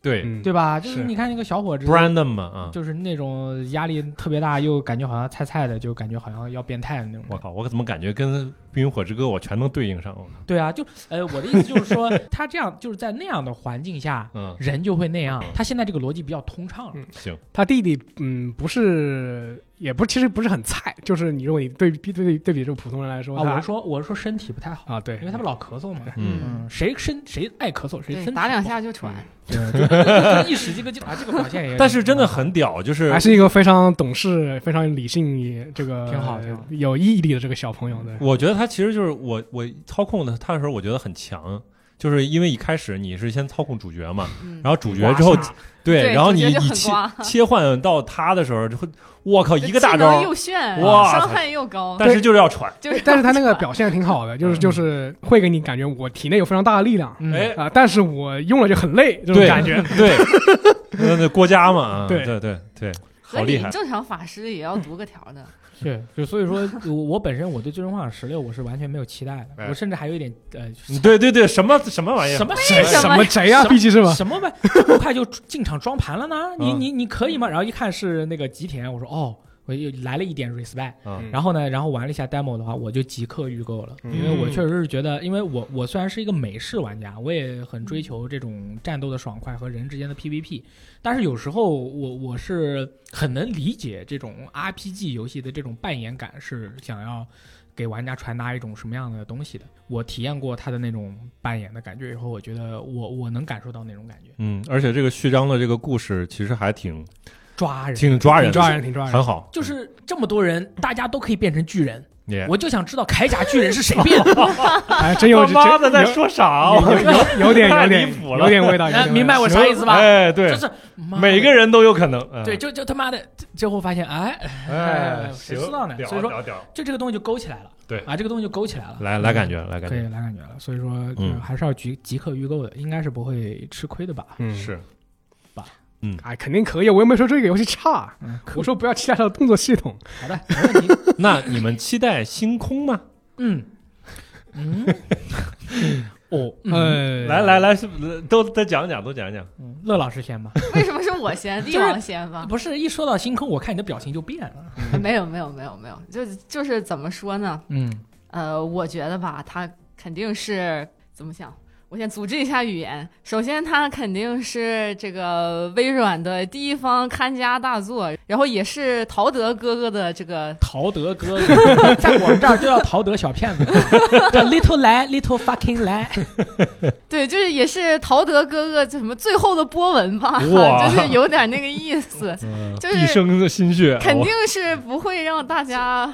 对
嗯
对吧？就是
是
你看那个小伙子，
，Brandon 嘛啊，
就是那种压力特别大，又感觉好像菜菜的，就感觉好像要变态的那种
我
感觉。
靠，我怎么感觉跟《冰与火之歌》我全能对应上？我靠，
对啊，就呃，我的意思就是说，他这样就是在那样的环境下，
嗯，
人就会那样。他现在这个逻辑比较通畅了
嗯，
行，
他弟弟嗯，不是也不其实不是很菜，就是你如果你对比对比对比这个普通人来说，
啊，
他
我是说我是说身体不太好，
啊对，
因为他们老咳嗽嘛。
嗯，
嗯，谁身谁爱咳嗽，谁身
对，
体
打两
不好，
下就喘。
对就一使这个劲啊，这个表现 也。
但是真的很屌，就是
还是一个非常懂事、非常理性、也这个
挺好挺好
有毅力的这个小朋友的。
我觉得他其实就是我我操控的他的时候，我觉得很强。就是因为一开始你是先操控主角嘛，
嗯
然，后主角之后
刮痧
对，
对
然后
主
你
角就
你
很
切
瓜
切换到他的时候，就会我靠一个大
技能
招，
又炫，
哇
伤
塞
害又
哦
高，
但是就是要喘，
就是
但是他那 个表现挺好的，就是就是会给你感觉我体内有非常大的力量
嗯
哎，
啊，但是我用了就很累这种
对
感觉。
对， 那那郭嘉 嘛，啊
对
对对对，好
合
厉
理
害，
正常法师也要读个条 的，
对，就所以 说我我本身我对最终幻想十六我是完全没有期待的，
哎
我甚至还有一点呃
嗯对对对，什么什么玩意儿，
什么
为
什
什么
么贼啊
什么
，B G 是吧？
什么玩意儿，这么快就进场装盘了呢？你
嗯
你你可以吗？然后一看是那个吉田，我说哦，我又来了一点 respect。
嗯
然后呢，然后玩了一下 demo 的话，我就即刻预购了，
嗯
因为我确实是觉得，因为我我虽然是一个美式玩家，我也很追求这种战斗的爽快和人之间的 PVP，但是有时候我我是很能理解这种 RPG 游戏的这种扮演感是想要给玩家传达一种什么样的东西的。我体验过他的那种扮演的感觉以后，我觉得我我能感受到那种感觉，
嗯，而且这个序章的这个故事其实还挺
抓人。
挺抓人的，
挺抓人，挺抓人
很。好，
就是这么多人，大家都可以变成巨人，
也
我就想知道铠甲巨人是谁变 的。
哎，真有
妈的
真
在
有
说啥？
有有有有点
太
有
离
点
谱了
有点味道，有点味道
明白我啥意思吧？
哎，对
就，是妈的
每个人都有可能，嗯
对，就就他妈的，最后发现，哎，
哎，
谁
行，
知道呢
屌
所以说
屌屌
就这个东西就勾起来了，
对
啊，这个东西就勾起来了，
来来感觉来感
可以
觉
来感觉了，所以说、呃
嗯
还是要即即刻预购的，应该是不会吃亏的吧？
嗯，
是，
哎，肯定可以。我又没说这个游戏差，
嗯，可
我说不要期待它的动作系统。
好的，没问题，
那你们期待星空吗？
嗯嗯， 哦，嗯、
呃，
来来来，是不是都都讲讲，都讲讲。
嗯乐老师先吧，
为什么是我 先，帝王先吧？
啊不是一说到星空，我看你的表情就变了，
没有没有没有没有，就就是怎么说呢？
嗯
呃，我觉得吧，他肯定是怎么想？我先组织一下语言。首先，他肯定是这个微软的第一方看家大作，然后也是陶德哥哥的这个
陶德哥哥，在我们这儿就叫陶德小骗子，叫 little 来 little fucking 来，
对，就是也是陶德哥哥就什么最后的波纹吧，
哇
就是有点那个意思，
嗯
就是
毕生的心血，啊
肯
我
定是不会让大家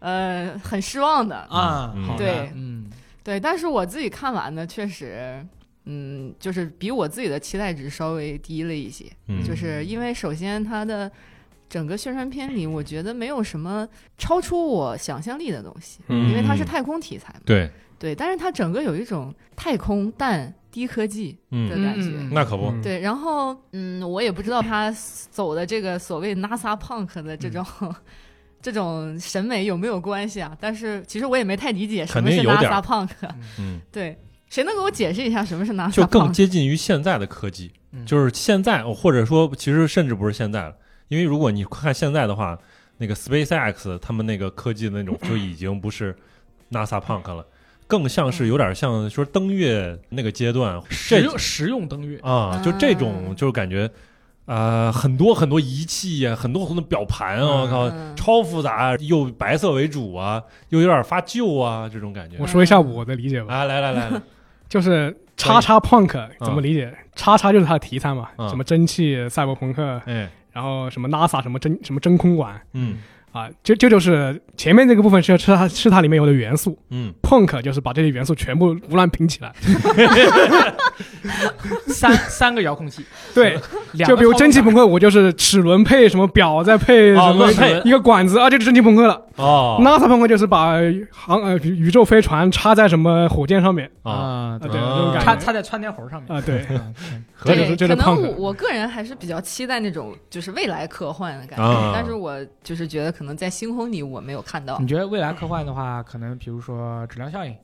呃很失望的。
啊，
嗯
好的
对
嗯，
对，但是我自己看完呢，确实，嗯，就是比我自己的期待值稍微低了一些，
嗯
就是因为首先它的整个宣传片里，我觉得没有什么超出我想象力的东西，因为它
嗯
是太空题材嘛，
对，
对，但是它整个有一种太空但低科技的
嗯，
感觉。
嗯
那可不，
嗯
对，然后嗯，我也不知道他走的这个所谓 NASA punk 的这种、这种审美有没有关系啊？但是其实我也没太理解什
肯
么
定
是
有点儿
NASA punk。
嗯，
对，谁能给我解释一下什么是 NASA punk？
就更接近于现在的科技
嗯，
就是现在，或者说其实甚至不是现在了，因为如果你看现在的话，那个 SpaceX 他们那个科技的那种就已经不是 NASA Punk 了，更像是有点像说登月那个阶段，
实
这
用实用登 月，
啊，就这种
嗯
就是感觉。啊，很多很多仪器呀、很多很多表盘啊，我靠，
嗯
超复杂，又白色为主啊，又有点发旧啊，这种感觉
我。说一下我的理解吧，
啊，来来来，来
就是叉叉 punk 怎么理解？叉叉就是它的题材嘛，
嗯
什么蒸汽、赛博朋克，
哎，
然后什么 NASA 什么真什么真空管
嗯
啊，就这就是前面这个部分是是它是它里面有的元素
嗯，
，punk 就是把这些元素全部胡乱拼 起来，
三三个遥控器，
对，
两个
就比如
操纵
蒸汽
杆
朋克，我就是齿轮配什么表，再配
哦
什么
乱配
一个管子啊，这就是蒸汽朋克了。
哦，
NASA 朋克就是把航呃宇宙飞船插在什么火箭上面
啊，
啊，
啊，对，
对
这种感
插
觉
插在窜天猴上面
啊， 对，
啊天
合理
是
对，
这
可
是
能
punk。
我我个人还是比较期待那种就是未来科幻的感觉，
啊
但是我就是觉得可能在星空里我没有看到
你。觉得未来科幻的话，可能比如说质量效应，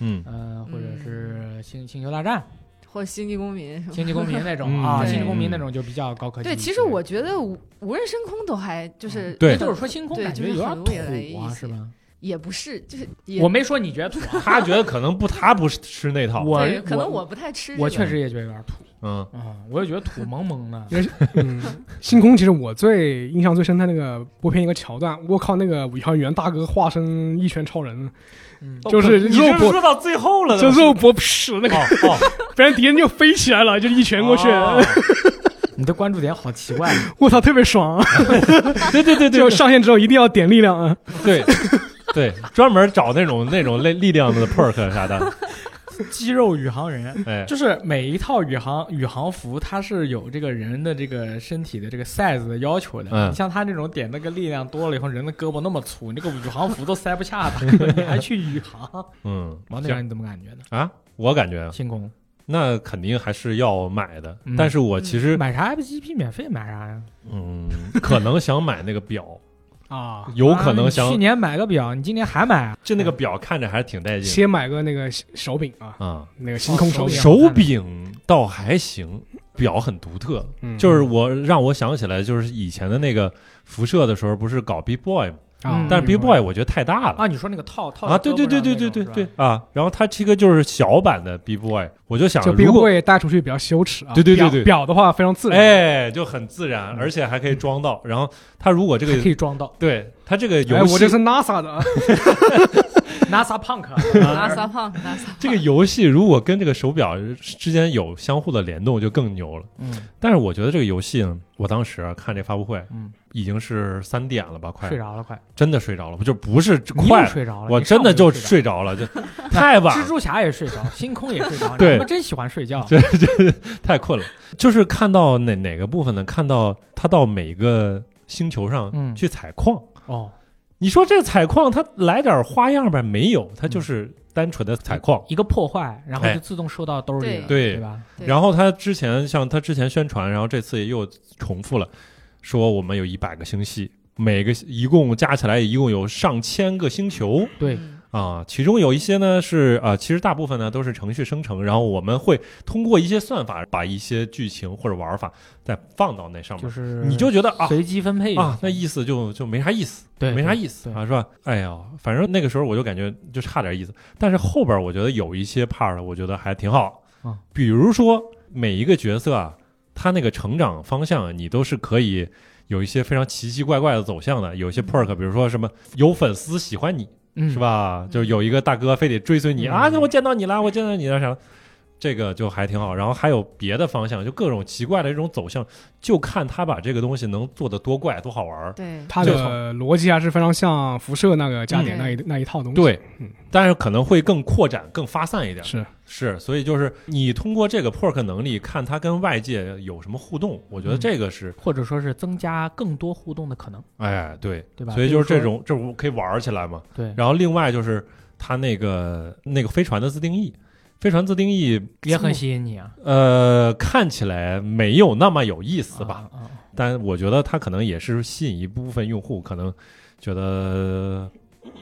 嗯
呃，或者是星星球大战、
或者星际公民什么。
星际公民那种
嗯
啊，
对
星际公民那种就比较高科技。
对，其实我觉得无无人深空都还就是
对
那
就
种
是说星空
对
感觉
就
有
是很未来的
点土
意
啊，
思
是吧？
也不是，就是也
我没说你觉得土啊，
他觉得可能不，他不是吃那套，
我
对可能
我
我不太吃这个。
我确实也觉得有点土，
嗯
嗯，我也觉得土蒙蒙的
嗯，星空其实我最印象最深的那个播片一个桥段，我靠，那个宇航员大哥化身一拳超 人，
嗯
就是
哦你这
肉搏
说到最后了呢，
就肉搏噗那个，
哦哦，
不然敌人就飞起来了，就一拳过去，
哦
你的关注点好奇怪，
我操，特别爽！
对对对对
就上线之后一定要点力量啊！
对对，专门找那种那种力力量的 perk 啥的，
肌肉宇航人。
哎，
就是每一套宇航宇航服，它是有这个人的这个身体的这个 size 的要求的。
嗯
你像他这种点那个力量多了以后，人的胳膊那么粗，你这个宇航服都塞不 下的，你还去宇航？
嗯，
王队长，你怎么感觉呢？
啊，我感觉
星空
那肯定还是要买的，
嗯
但是我其实
买啥 FGP 免费买啥呀？
嗯，可能想买那个 表，
啊，
有可能
啊你去
想，
年买个表，你今年还买啊？
就那个表看着还是挺带劲
先买个那个手柄啊，
啊。
那个星空手
不一
柄
样，
手柄倒还行，表很独特，
嗯
就是我让我想起来，就是以前的那个辐射的时候，不是搞 B boy 嘛，
啊
嗯，
但是 B boy 我觉得太大了。
啊，你说那个套套
啊，对对对对对对对，啊！然后它这个就是小版的 B boy，我就想
就 Big
如果
Boy 带出去比较羞耻啊，
对对对
表
对
表的话非常自然，
哎就很自然，而且还可以装到。然后它如果这
这个
个
可以装到
对它这个
哎，
游戏
我这是 NASA 的啊，
NASA Punk
啊
拉萨胖，拉萨
这个游戏如果跟这个手表之间有相互的联动，就更牛了。
嗯
但是我觉得这个游戏呢，我当时啊看这发布会
嗯，
已经是三点了吧，快
睡着了快，
真的睡着了，不就不是
啊嗯你又
快，
睡着了，
我
你上
真
午
的就
着了
睡着了，就太晚
蜘
了，
蛛侠也睡着，星空也睡着，
对
你们真喜欢睡觉。
这这太困了。就是看到哪哪个部分呢？看到他到每个星球上
嗯
去采矿，
哦，
你说这采矿它来点花样呗？没有，它就是单纯的采矿。
一个破坏，然后
哎
就自动收到兜里了，
对
对吧？
对
然后他之前像他之前宣传，然后这次又重复了，说我们有一百个星系，每个一共加起来一共有上千个星球
对，
嗯
啊，其中有一些呢是啊，其实大部分呢都是程序生成，然后我们会通过一些算法把一些剧情或者玩法再放到那上
就
面，
是
你就觉得啊。
随机分配
啊，那意思就就没啥意思，
对
没啥意思
对
啊，是吧？哎呀，反正那个时候我就感觉就差点意思，但是后边我觉得有一些 part 我觉得还挺好
嗯，
比如说每一个角色啊，他那个成长方向啊你都是可以有一些非常奇奇怪怪的走向的，有一些 perk，比如说什么有粉丝喜欢你
嗯
是？吧？就是有一个大哥非得追随你
嗯
啊，那我见到你了，我见到你了啥的。这个就还挺好，然后还有别的方向，就各种奇怪的这种走向，就看他把这个东西能做得多怪多好玩儿。
对，
它的逻辑还是非常像辐射那个加点那一那一套
嗯
东西，
对
嗯，
但是可能会更扩展、更发散一点。
是
是，所以就是你通过这个 perk 能力，看它跟外界有什么互动，我觉得
嗯
这个是，
或者说是增加更多互动的可能，
哎，对，
对吧
所以就是
比如
这
说
种，这我可以玩起来嘛。
对，
然后另外就是它那个那个飞船的自定义，飞船自定义
也很吸引你啊，
呃，看起来没有那么有意思吧？
啊？啊
但我觉得它可能也是吸引一部分用户，可能觉得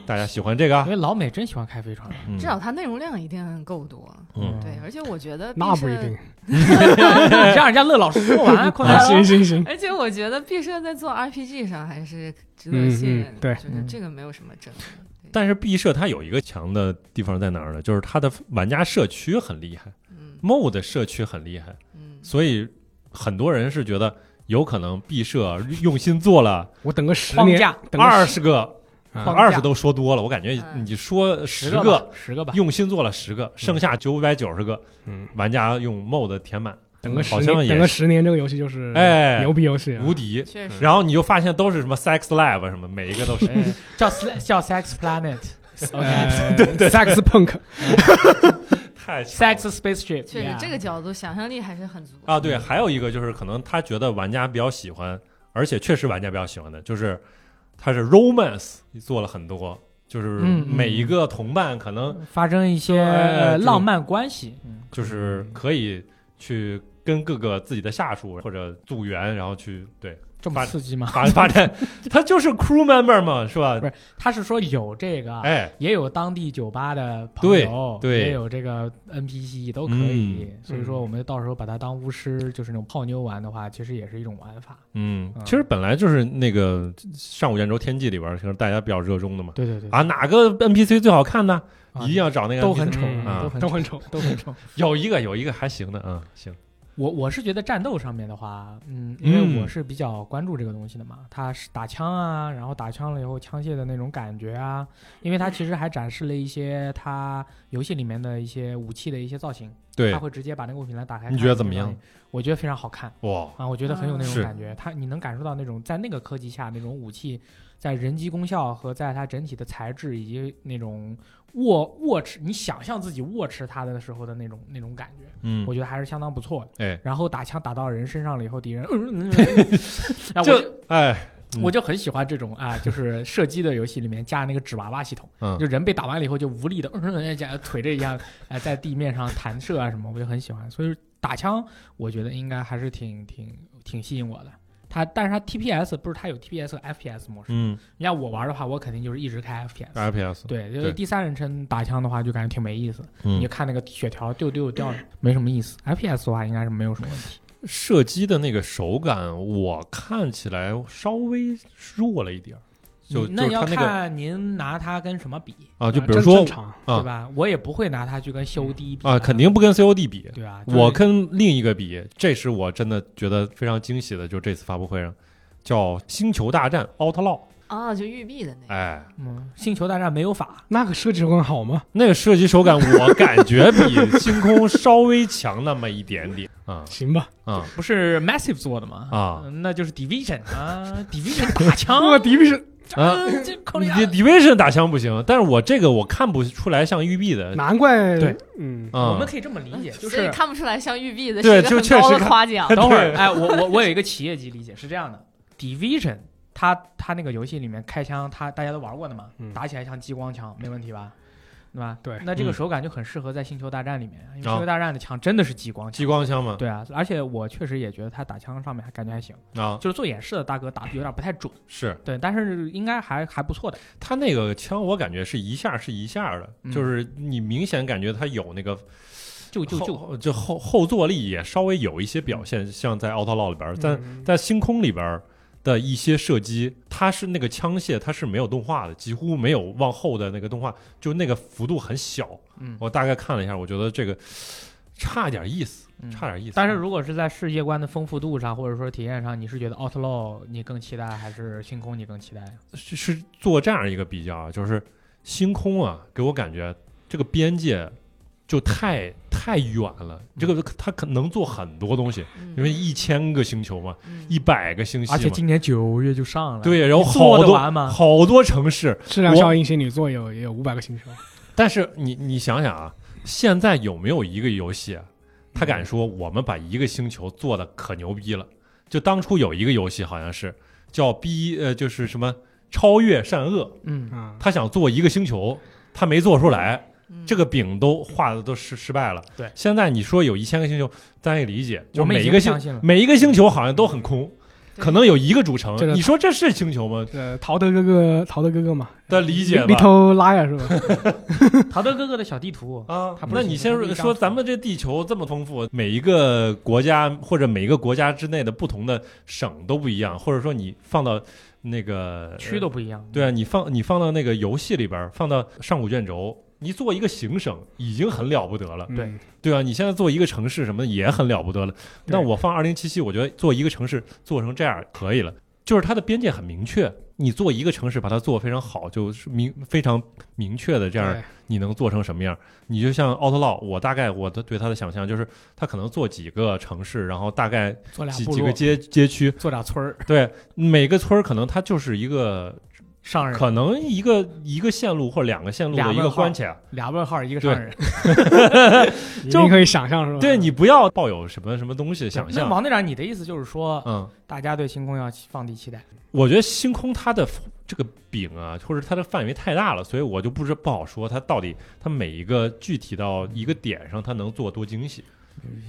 大家喜欢这个
因
啊，
为老美真喜欢开飞船，
嗯
至少它内容量一定够多。
嗯
对，而且我觉得
那
毕
不一
设
定。
你 让人家乐老师说
嗯
完，快
啊，
来
行行行，
而且我觉得毕设在做 RPG 上还是值
嗯
得
嗯
信任的，
对
就是这个没有什么争议。
但是毕设它有一个强的地方在哪儿呢？就是它的玩家社区很厉害
嗯
，MOD 社区很厉害，
嗯，
所以很多人是觉得有可能毕设用心做了
我等个十
框
年，
架
等个
二十个，
啊
嗯二十都说多了，我感觉
嗯
你说十
个
个，
吧十个吧，
用心做了十个，剩下九百九十个
嗯，
玩家用 MOD 填满，
等个
嗯
十
好像
年，等个
也是
十年，这个游戏就是
哎
牛逼游戏啊，
无敌。
确实。
然后你就发现都是什么 Sex Lab 什么，每一个都是。
哎叫 Sla- 叫 Sex Planet，OK，Sex
呃，对对，Sex Punk
太强了
Spaceship，
确实
yeah，
这个角度想象力还是很足
啊，对，还有一个就是可能他觉得玩家比较喜欢，而且确实玩家比较喜欢的，就是他是 romance 做了很多，就是
嗯嗯
每一个同伴可能
发生一些
哎
呃
这
浪漫关系，嗯
就是可以去跟各个自己的下属或者组员，然后去 对
这么
发
刺激吗？
发发展，他就是 crew member 嘛，是吧
不？是他是说有这个，
哎，
也有当地酒吧的朋友，
对嗯对
也有这个 NPC 都可以。所以说，我们到时候把它当巫师，就是那种泡妞玩的话，其实也是一种玩法。
嗯
嗯，
其实本来就是那个上古卷轴天际里边儿，其实大家比较热衷的嘛。
对对对，
啊，哪个 NPC 最好看呢？啊一定要找那个
啊都
NPC
很丑
嗯，
啊
都很
都
丑
很丑，
都很丑。
有一个有一个还行的啊，行，
我我是觉得战斗上面的话，嗯，因为
嗯
我是比较关注这个东西的嘛，它是打枪啊，然后打枪了以后枪械的那种感觉啊，因为它其实还展示了一些它游戏里面的一些武器的一些造型，
对
它，会直接把那个物品栏打开。
你觉
看
得
这
怎么
个
样
造型？我觉得非常好看
哇，
啊，我觉得很有那
嗯是
种感觉，它你能感受到那种在那个科技下那种武器在人机功效和在它整体的材质以及那种握握持，你想象自己握持它的时候的那种那种感觉。
嗯
我，觉得还是相当不错的。
哎，
然后打枪打到人身上了以后，敌人，嗯嗯嗯嗯啊，我就
哎，嗯
我就很喜欢这种 啊，就是射击的游戏里面加那个纸娃娃系统，
嗯
就人被打完了以后就无力的，嗯嗯嗯加腿这一样， 哎，在地面上弹射啊什么，我就很喜欢。所以打枪，我觉得应该还是挺挺挺吸引我的。它，但是它 TPS 不是它有 TPS 和 FPS 模式，
嗯
你像我玩的话，我肯定就是一直开 FPS。
，FPS，
对，就
对
是第三人称打枪的话，就感觉挺没意思。你就
嗯，
看那个血条丢丢掉了，没什么意思。FPS 的话应该是没有什么问题。
射击的那个手感，我看起来稍微弱了一点儿，就
嗯那
就是
要
它那个
看您拿它跟什么比，
啊，就
对
比如
真
说
正常，
啊
对吧？我也不会拿它去跟修低比
啊，肯定不跟 COD 比。
对啊。就是
我跟另一个比，这是我真的觉得非常惊喜的，就这次发布会上，叫《星球大战 Outlaw》。
哦，就玉璧的那个，
哎，
嗯，星球大战没有法，
那个设计手感好吗？
那个射击手感，我感觉比星空稍微强那么一点点啊
行吧，
啊！
不是 Massive 做的吗？
啊
嗯，那就是 Division 啊，Division 打枪
我敌必是，
啊
嗯这考虑
你
啊
Division 打枪不行，但是我这个我看不出来像育碧的
难怪
对，
嗯，
啊。
我们可以这么理解，就
所以
是
看不出来像玉璧的
对
是一
就
个
确
很高
实
的
看
夸奖。
等会儿，
对
哎，我我我有一个企业级理解是这样的，Division。它它那个游戏里面开枪，它大家都玩过的嘛，
嗯
打起来像激光枪，没问题吧？对吧？
对
那
嗯
这个手感就很适合在星球大战里面，因为
啊
星球大战的枪真的是激光枪。
激光枪嘛
对啊，而且我确实也觉得他打枪上面还感觉还行，
啊，
就是做演示的大哥打的有点不太准，
是
对，但是应该还还不错的。
它那个枪，我感觉是一下是一下的，
嗯
就是你明显感觉它有那个
就就就
后就后后坐力也稍微有一些表现，像在《Outlaw》里边儿，但
嗯
在星空里边儿的一些射击，它是那个枪械，它是没有动画的，几乎没有往后的那个动画，就那个幅度很小。
嗯，
我大概看了一下，我觉得这个差点意思，差点意思。
嗯但是如果是在世界观的丰富度上，或者说体验上，你是觉得 Outlaw 你更期待，还是星空你更期待？
是是做这样一个比较啊，就是星空啊，给我感觉这个边界就太太远了，这个它可能做很多东西，因为一千个星球嘛，
嗯
一百个星系
而且
嘛。
今年九月就上了，
对，然后
你做
好
得
多
完吗？
好多城市，
质量效应仙女座有也有五百个星球，
但是你你想想啊，现在有没有一个游戏，啊
嗯
他敢说我们把一个星球做的可牛逼了？就当初有一个游戏好像是叫逼呃，就是什么超越善恶，
嗯，
啊，
他想做一个星球，他没做出来，
嗯
这个饼都画的都失失败了。
对
现在你说有一千个星球，咱也理解，就
我们
每一
已经
个
不
星
相信 了。
每一个星球好像都很空，
对
可能有一个主城
这，个
你说这是星球吗？
呃，陶德哥哥，陶德哥哥嘛，
的理解吧。
Little Liar 是吧？
陶德哥哥的小地图，
啊
它，不
那
是
你
星
先
球
说
它是一张
说
图
咱们这地球这么丰富，每一个国家或者每一个国家之内的不同的省都不一样，或者说你放到那个
区都不一样。
对啊，你放你放到那个游戏里边儿，放到上古卷轴，你做一个行省已经很了不得了，
对
嗯，
对啊，你现在做一个城市什么的也很了不得了。那
对
我放二零七七，我觉得做一个城市做成这样可以了，就是它的边界很明确。你做一个城市，把它做得非常好，就是明非常明确的这样
对
你能做成什么样？你就像奥特洛，我大概我的对他的想象就是，他可能做几个城市，然后大概
做俩
几
部
几
落嗯
个，街街区，
做俩村儿，
对，每个村儿可能它就是一个，
上人
可能一个一个线路或者两个线路
俩
的一个
问号
关卡。
俩问号一个上人，
已
就
经可以想象是吧？
对你不要抱有什么什么东西
嗯对
想
那
象，
王队长，你的意思就是说，
嗯，
大家对星空要放低期待？
我觉得星空它的这个饼啊，或者它的范围太大了，所以我就不知不好说它到底它每一个具体到一个点上，它能做多精细。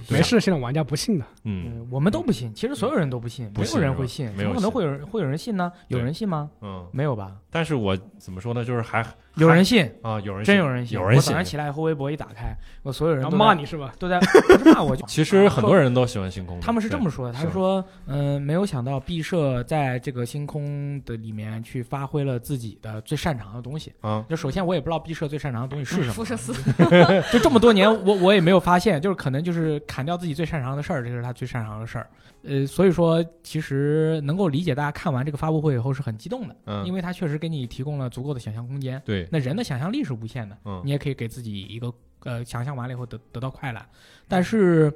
对啊
没事，现在玩家不信的，
嗯
嗯，我们都不信，其实所有人都不信，
不
没
信
有人
是吧
会信，
没
怎
有
么可能
信
会有人会有人信呢？有
对
人信吗？
嗯，
没有吧？
但是我怎么说呢？就是还
有人信，
啊，有人
真
信
有人信。
有人
我早
信
上。起来以后，微博一打开，我所有人
然
都
后
在
骂你是吧？
都在不是骂我，就
其实很多人都喜欢星空的，
啊 他们是这
对
么说的，他
是
说，嗯、没有想到毕设在这个星空的里面去发挥了自己的最擅长的东西。
啊，
就首先我也不知道毕设最擅长的东西是什么，
辐射四，
就这么多年我我也没有发现，就是可能就是砍掉自己最擅长的事儿，这是他最擅长的事儿。呃，所以说其实能够理解大家看完这个发布会以后是很激动的，
嗯，
因
为
为他确实给你提供了足够的想象空间。
对，
那人的想象力是无限的，
嗯
你也可以给自己一个呃想象完了以后得得到快乐，但是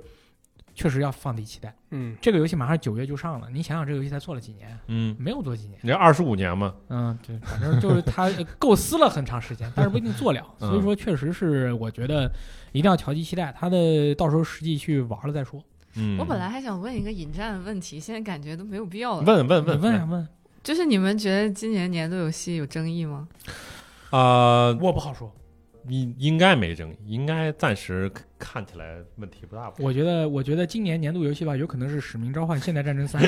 确实要放低期待。
嗯，
这个游戏马上九月就上了，你想想这个游戏才做了几年？
嗯，
没有做几年。
你这二十五年嘛，
嗯，对，反正就是他呃构思了很长时间，但是不一定做了。
嗯
所以说，确实是我觉得一定要调剂期待，他的到时候实际去玩了再说。
嗯，
我本来还想问一个引战的问题，现在感觉都没有必要了。
问问
你
问
问啊问，
就是你们觉得今年年度游戏有争议吗？
啊，
我不好说。
应应该没争议，应该暂时看起来问题不大吧。
我觉得，我觉得今年年度游戏吧，有可能是《使命召唤：现代战争三》。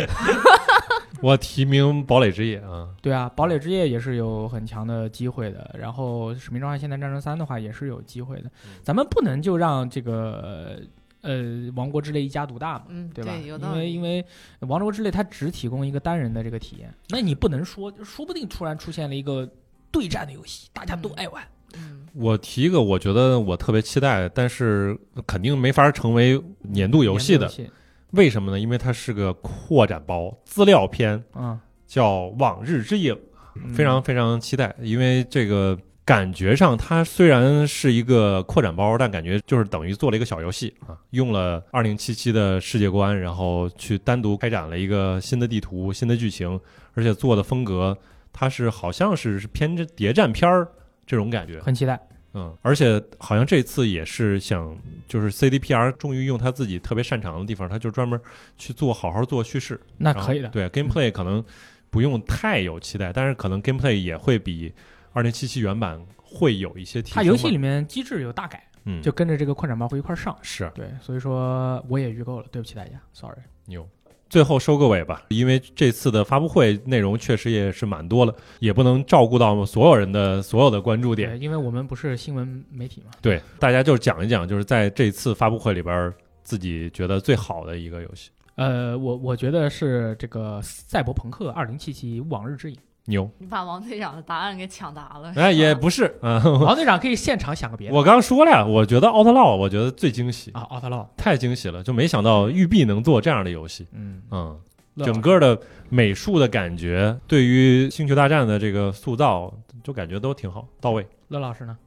我提名《堡垒之夜》啊，
对啊，《堡垒之夜》也是有很强的机会的。然后《使命召唤：现代战争三》的话也是有机会的。
嗯
咱们不能就让这个呃《王国之泪》一家独大嘛，
嗯，
对吧？
有
因
道
为
理。
因为《王国之泪》它只提供一个单人的这个体验，那你不能说，说不定突然出现了一个对战的游戏，大家都爱玩。
嗯，
我提一个，我觉得我特别期待，但是肯定没法成为年度游戏的。
年度
为什么呢？因为它是个扩展包资料片，
游戏，
叫《往日之影》，
嗯，
非常非常期待，因为这个。感觉上，它虽然是一个扩展包，但感觉就是等于做了一个小游戏啊，用了二零七七的世界观，然后去单独开展了一个新的地图、新的剧情，而且做的风格，它是好像是是偏着谍战片儿这种感觉，
很期待。
嗯，而且好像这次也是想，就是 CDPR 终于用他自己特别擅长的地方，他就专门去做好好做叙事，
那
然后
可以的，嗯
对 gameplay 可能不用太有期待，但是可能 gameplay 也会比二零七七原版会有一些提升吧。
它游戏里面机制有大改，
嗯，
就跟着这个扩展包会一块儿上。
是
对，所以说我也预购了，对不起大家，sorry。
牛。最后收个尾吧，因为这次的发布会内容确实也是蛮多了，也不能照顾到所有人的所有的关注点。
对，因为我们不是新闻媒体嘛，
对，大家就讲一讲，就是在这次发布会里边儿自己觉得最好的一个游戏。
呃，我我觉得是这个《赛博朋克2077：往日之 影
牛，
你把王队长的答案给抢答了。
哎，
是
也
吧
不是啊、》。
王队长可以现场想个别的
我刚说了呀，我觉得《奥特 w 我觉得最惊喜，
啊，奥特洛，
太惊喜了，就没想到育碧能做这样的游戏。
嗯，
嗯，
乐
整个的美术的感觉，对于《星球大战》的这个塑造，就感觉都挺好，到位。
乐老师呢？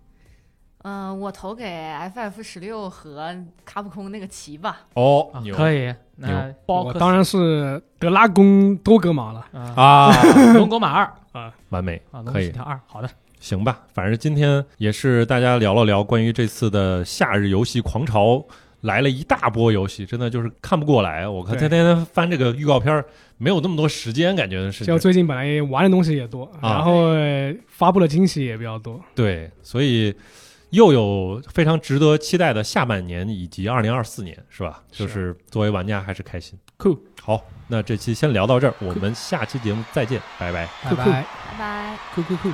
嗯、我投给 FF 十六和卡普空那个棋吧。
哦
啊，
牛
可以，那包
我
克
当然是德拉宫多格玛了。
啊，
啊，
龙狗马二
完美。
啊，龙
可
狗
以
信条二，好的，
行吧，反正今天也是大家聊了聊关于这次的夏日游戏狂潮，来了一大波游戏，真的就是看不过来。我看
对
天天翻这个预告片儿，没有那么多时间，感觉是啊
像最近本来玩的东西也多，然后发布的惊喜也比较多。
对，所以又有非常值得期待的下半年以及二零二四年，是吧？
是
就是作为玩家还是开心。
Cool
好，那这期先聊到这儿，我们下期节目再见，拜拜。
酷酷
拜拜
拜拜。
酷酷酷。